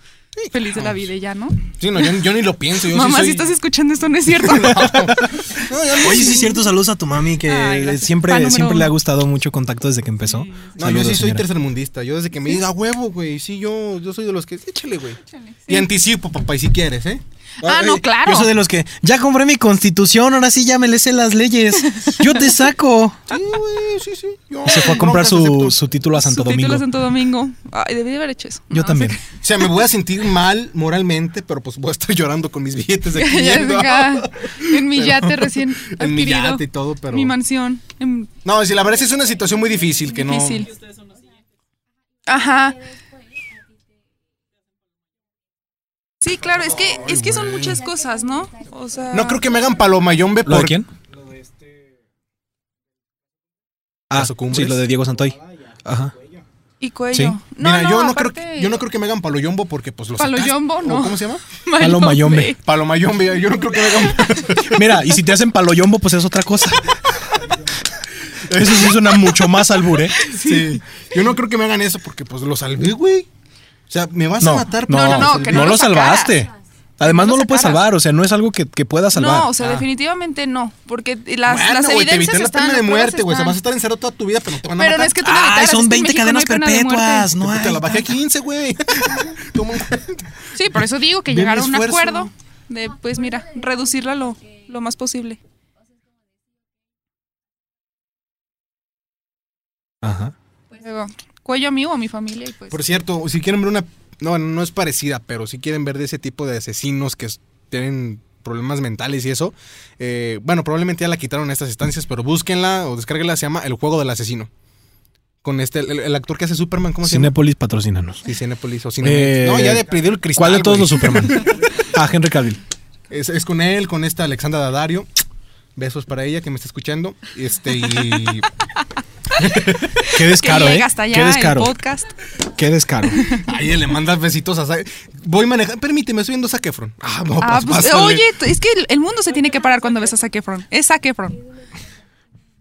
S3: Feliz de la vida y ya, ¿no?
S2: Sí, no, yo, yo ni lo pienso. Yo sí
S3: Mamá,
S2: soy-
S3: si estás escuchando esto, no es cierto.
S2: No, yo,
S1: Oye, sí es cierto, saludos a tu mami que
S3: Ay, gracias. Fan
S1: siempre,
S3: número
S1: siempre le ha
S3: uno.
S1: gustado mucho contacto desde que empezó.
S2: no, yo
S1: Saludos,
S2: sí soy
S1: señora.
S2: tercermundista. Yo desde que me diga "A huevo, güey. Sí, yo, yo soy de los que. Échale, güey.
S3: Sí.
S2: Y anticipo, papá, y si quieres, ¿eh?
S3: Ah, no,
S1: Ay,
S3: claro.
S1: Yo soy de los que ya compré mi constitución, ahora sí ya me le sé las leyes. Yo te saco.
S2: Ah, Sí, güey, sí, sí. Yo-
S1: Y se fue a comprar
S2: broncas
S1: su,
S2: acepto.
S1: su título a Santo
S3: Subtítulos
S1: Domingo.
S3: Santo Ah, Domingo. Ay, debí de haber hecho eso.
S1: Yo
S3: No,
S1: también.
S3: sé
S2: O sea, me voy a sentir mal moralmente, pero pues voy a estar llorando con mis billetes de
S3: que- ya
S2: 500.
S3: acá, en mi
S2: Pero-
S3: yate recién adquirido.
S2: En mi yate y todo, pero.
S3: Mi mansión. en-
S2: No, sí, la verdad sí es una situación muy difícil que
S3: difícil. Ajá. Sí, claro, es que, es que son muchas cosas, ¿no? O sea,
S2: no. No creo que me hagan palomayombe
S1: ¿Lo de
S2: por-
S1: quién? Ah,
S2: Caso Cumbres.
S1: sí, lo de Diego Santoy. Ajá.
S3: y
S1: Sí.
S3: cuello. No,
S2: Mira,
S3: no,
S2: yo, no creo
S3: aparte-
S2: que, yo no creo que me hagan paloyombo porque pues los.
S3: Paloyombo, no.
S2: ¿Cómo se llama?
S1: Palomayombe.
S2: Palomayombe. Yo no creo que me hagan.
S1: Mira, y si te hacen paloyombo, pues es otra cosa. Eso sí suena mucho más albur, ¿eh?
S2: Sí. Yo no creo que me hagan eso porque pues lo salvé, güey. O sea, me vas a
S1: No,
S2: matar.
S1: no,
S2: pero
S1: no,
S2: lo
S3: no,
S2: salvé.
S3: que no
S1: lo
S3: lo
S1: salvaste. Además,
S3: Que
S1: no
S3: no
S1: lo
S3: lo
S1: puedes
S3: sacaras.
S1: salvar, o sea, no es algo que, que puedas salvar.
S3: No, o sea, definitivamente no, porque las,
S2: Ah. Bueno,
S3: las
S2: güey, te
S3: evidencias
S2: evitan la
S3: están...
S2: pena de
S3: las pruebas
S2: muerte, güey. O sea,
S3: están.
S2: vas a estar en cero toda tu vida, pero no te van a
S3: Pero no
S2: matar.
S3: es que tú lo
S1: Ay,
S3: evitaras, es
S1: Ah, son
S3: que en
S1: 20
S3: México no
S1: cadenas
S3: hay pena de muerte.
S1: perpetuas, no
S2: Te-
S1: hay.
S2: te la bajé a 15, güey. Toma un-
S3: Sí, por eso digo que
S2: Ve mi
S3: llegar a un
S2: esfuerzo.
S3: acuerdo de, pues mira, reducirla lo, lo más posible.
S1: Ajá.
S3: Luego, cuello a mí o a mi familia y pues...
S2: Por cierto, si quieren ver una. No, no es parecida, pero si quieren ver de ese tipo de asesinos que s- tienen problemas mentales y eso. eh, bueno, probablemente ya la quitaron en estas estancias, pero búsquenla o descárguenla. Se llama El juego del asesino. Con este, el, el actor que hace Superman, ¿cómo se llama?
S1: Cinépolis, patrocínanos.
S2: Sí, Cinépolis o
S1: Eh,
S2: Cinépolis. no, ya de perdió el cristal.
S1: ¿Cuál de todos
S2: güey.
S1: los Superman? Ah, Henry Cavill.
S2: Es, es con él, con esta Alexandra Daddario. Besos para ella que me está escuchando. Este, y.
S1: Qué
S3: que
S1: descaro, ¿eh?
S3: llega hasta allá
S1: Qué
S3: el
S1: descaro.
S3: podcast.
S1: Qué descaro.
S2: Ahí le mandas besitos a. Zac- Voy manejando. Permíteme, estoy viendo Zac Efron. Ah, no,
S3: Ah,
S2: pues,
S3: pues,
S2: pásale.
S3: oye, t- es que el- el mundo se tiene que parar cuando ves a Zac Efron. Es Zac Efron.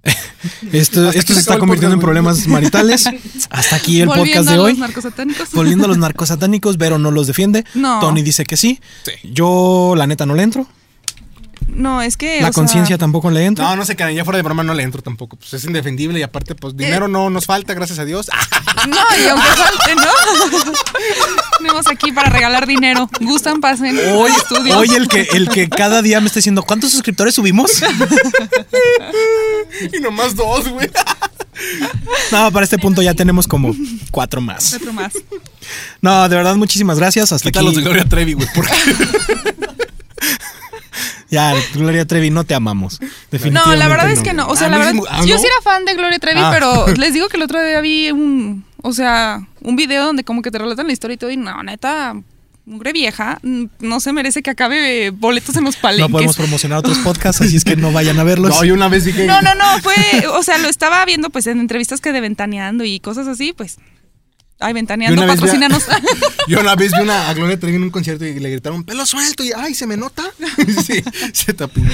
S1: Esto,
S2: Hasta
S1: esto
S2: aquí
S1: se
S2: se
S1: está
S2: acabó el
S1: convirtiendo en problemas
S2: podcast,
S1: maritales. Hasta aquí el podcast
S3: Volviendo
S1: de
S3: a
S1: hoy.
S3: los narcosatánicos.
S1: Volviendo a los narcos satánicos, Vero no los defiende.
S3: No.
S1: Tony dice que sí.
S2: Sí.
S1: Yo, la neta, no le entro.
S3: No, es que...
S1: La
S3: o sea,
S1: conciencia tampoco le entra.
S2: No, no se crean, ya fuera de broma no le entro tampoco. Pues es indefendible y aparte,
S3: Eh.
S2: pues dinero no nos falta, gracias a Dios.
S3: No, y aunque falte, ¿no? Tenemos aquí para regalar dinero. Gustan, pasen.
S1: Hoy,
S3: estudios.
S1: hoy el, que, el que cada día me está diciendo, ¿cuántos suscriptores subimos?
S2: y nomás dos, güey.
S1: No, para este punto ya tenemos como cuatro más.
S3: Otro más.
S1: No, de verdad, muchísimas gracias. Hasta aquí.
S2: Quítalos de Gloria Trevi, güey. ¿por qué?
S1: Ya, Gloria Trevi, no te amamos. Definitivamente.
S3: No, la verdad es que no. O sea,
S2: A
S3: la
S2: mí
S3: verdad,
S2: sí me- ah,
S3: yo
S2: ¿no?
S3: sí era fan de Gloria Trevi,
S1: Ah.
S3: pero les digo que el otro día vi un, o sea, un video donde como que te relatan la historia y todo y no, neta, mugre vieja, mm, no se merece que acabe eh, boletos en los palenques.
S1: No podemos promocionar otros podcasts, así es que no vayan a verlos.
S2: No, yo una vez dije.
S3: No, no, no, fue, o sea, lo estaba viendo pues en entrevistas que de ventaneando y cosas así, pues. Ay, ventaneando,
S2: Yo una vez vi a-
S3: patrocínanos.
S2: Yo una vez vi una, a Gloria Trevi en un concierto y le gritaron pelo suelto y ay, se me nota. sí, se tapinó.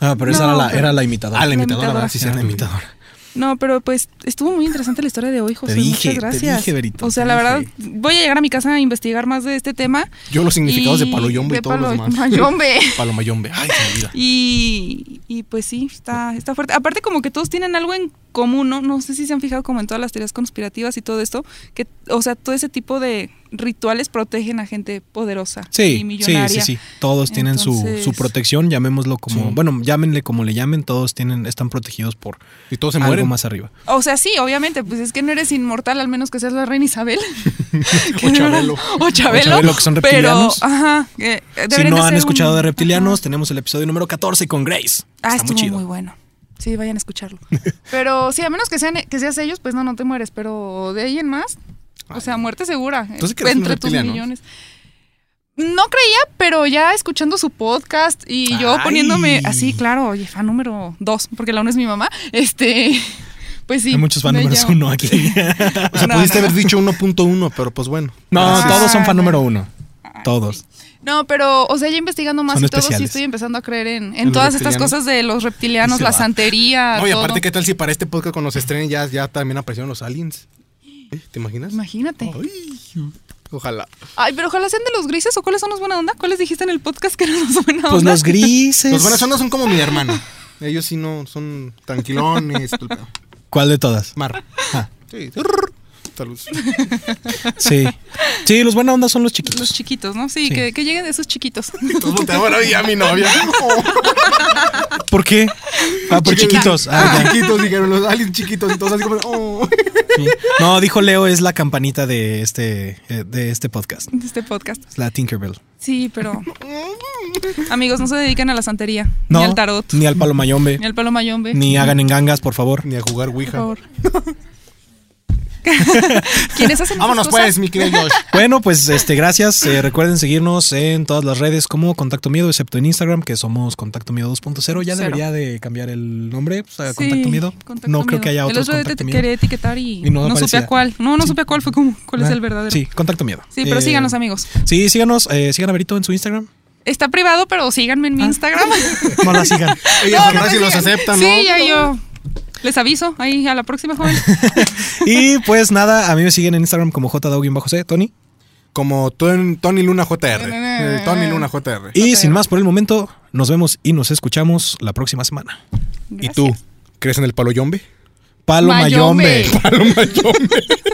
S1: Ah, pero esa
S3: No,
S1: era, la,
S3: pero-
S1: era la imitadora.
S2: Ah, la
S3: La
S2: imitadora,
S3: imitadora.
S2: ¿verdad? Sí, sí,
S1: Era
S2: la
S1: la
S2: imitadora.
S1: imitadora.
S3: No, pero pues estuvo muy interesante la historia de hoy, José.
S1: dije, te
S3: Muchas gracias.
S1: dije, Verito,
S3: o sea,
S1: te
S3: la
S1: dije.
S3: verdad, voy a llegar a mi casa a investigar más de este tema.
S2: Yo los significados
S3: Y-
S2: de paloyombo y
S3: de
S2: todos los demás.
S3: palomayombe.
S2: Palomayombe, ay, se me olvida.
S3: Y, y pues sí, está, está fuerte. Aparte, como que todos tienen algo en común, ¿no? No sé si se han fijado como en todas las teorías conspirativas y todo esto, que, o sea, todo ese tipo de rituales protegen a gente poderosa y
S1: Sí, sí,
S3: millonaria.
S1: sí, sí. Todos tienen su- su,
S3: Entonces-
S1: protección, llamémoslo como,
S2: Sí.
S1: bueno, llámenle como le llamen, todos tienen, están protegidos por
S2: Y todos se
S1: algo
S2: mueren.
S1: más arriba.
S3: O sea, sí, obviamente, pues es que no eres inmortal, al menos que seas la reina Isabel. Que
S2: O
S3: de verdad-
S2: Chabelo.
S3: O Chabelo.
S1: Chabelo, que son reptilianos.
S3: Pero, ajá. que, eh,
S1: Si
S3: deberían
S1: no
S3: de
S1: han
S3: ser
S1: escuchado
S3: un-
S1: de reptilianos,
S3: ajá.
S1: tenemos el episodio número 14 con Grace. Está
S3: Ah,
S1: muy
S3: estuvo muy,
S1: chido.
S3: bueno. Sí, vayan a escucharlo. Pero sí, a menos que sean que seas ellos, pues no, no te mueres. Pero de ahí en más, o sea, muerte segura. eh,
S2: Entonces, ¿crees en los
S3: entre tus
S2: reptilianos?
S3: millones. No creía, pero ya escuchando su podcast y yo
S1: Ay.
S3: poniéndome así, claro, oye, fan número dos, porque la uno es mi mamá, este, pues sí.
S1: Hay muchos fan
S3: me
S1: números
S3: llamo.
S1: uno aquí.
S2: O sea,
S3: No,
S2: Ah, pudiste
S3: no,
S2: haber dicho 1.1, pero pues bueno.
S1: no,
S3: Ah,
S1: todos son fan
S3: no.
S1: número uno. Todos.
S3: No, pero, o sea, ya investigando más
S1: Son
S3: y todo, sí
S1: especiales.
S3: estoy empezando a creer en, en
S2: ¿En los
S3: todas estas
S2: reptilianos?
S3: cosas de los reptilianos,
S1: Se
S3: la
S1: va.
S3: santería.
S2: No, y
S3: todo.
S2: aparte, ¿qué tal si para este podcast cuando se estrenen ya, ya también aparecieron los aliens? ¿Te imaginas?
S3: Imagínate.
S2: Ay, ojalá.
S3: Ay, pero ojalá sean de los grises o cuáles son los buena onda. ¿Cuáles dijiste en el podcast que eran los buena onda?
S1: Pues los grises.
S2: Los buenas ondas son como mi hermana. Ellos sí no son tranquilones. todo el pedo.
S1: ¿Cuál de todas?
S2: Mar.
S1: Ah,
S2: Sí. Rrr. Saludos.
S1: sí. Sí, los buena onda son los chiquitos.
S3: Los chiquitos, ¿no? Sí,
S1: Sí.
S3: Que, que lleguen de esos chiquitos.
S2: Todos volteaban ahí a mi novia.
S1: ¿Por qué? Ah, por
S2: Chiquita.
S1: chiquitos. Ah, ya.
S2: chiquitos, dijeron los aliens chiquitos. Y todos así como, oh.
S1: Sí. No, dijo Leo, es la campanita de este, eh, de este podcast.
S3: De este podcast.
S1: Es la Tinkerbell.
S3: Sí, pero. Amigos, no se dediquen a la santería.
S1: No,
S3: Ni al tarot.
S1: Ni al palo mayombe.
S3: Ni al palo mayombe.
S1: Ni hagan engangas, por favor.
S2: Ni a jugar
S3: Por
S2: Ouija.
S3: favor. ¿Quiénes hacen esas
S2: Vámonos
S3: cosas?
S2: pues, mi querido Josh.
S1: Bueno, pues este, gracias. Eh, recuerden seguirnos en todas las redes como Contacto Miedo, excepto en Instagram, que somos Contacto Miedo 2.0. Ya
S3: Cero.
S1: debería de cambiar el nombre pues, a
S3: Sí,
S1: Contacto Miedo.
S3: Contacto
S1: no creo
S3: Miedo.
S1: que haya
S3: El
S1: otros
S3: otro día
S1: Contacto
S3: te
S1: Miedo.
S3: quería etiquetar y,
S1: Y no
S3: no, supe
S1: aparecía.
S3: a cuál. No, no
S1: Sí.
S3: supe a cuál fue como cuál es
S1: Ah,
S3: el verdadero.
S1: Sí,
S3: Sí,
S1: Contacto Miedo.
S3: pero
S1: Eh,
S3: síganos, amigos.
S1: Sí, síganos. Eh, sigan a Verito en su Instagram.
S3: Está privado, pero síganme
S1: ah.
S3: en mi Instagram.
S1: No la sigan.
S2: Ella
S3: No,
S2: sabrá
S3: no me
S2: si los
S3: sigan.
S2: aceptan, ¿no?
S3: Sí, ya yo les aviso. Ahí a la próxima, joven.
S1: Y pues nada, a mí me siguen en Instagram como JDAU-C, Tony.
S2: Como Ton- Tony Luna JR. Eh, Tony Luna JR.
S1: Y
S3: Ok.
S1: sin más por el momento, nos vemos y nos escuchamos la próxima semana.
S2: ¿Y tú? ¿Crees en el palo yombe?
S1: Palo Mayombe.
S3: Mayombe.
S2: Palo yombe.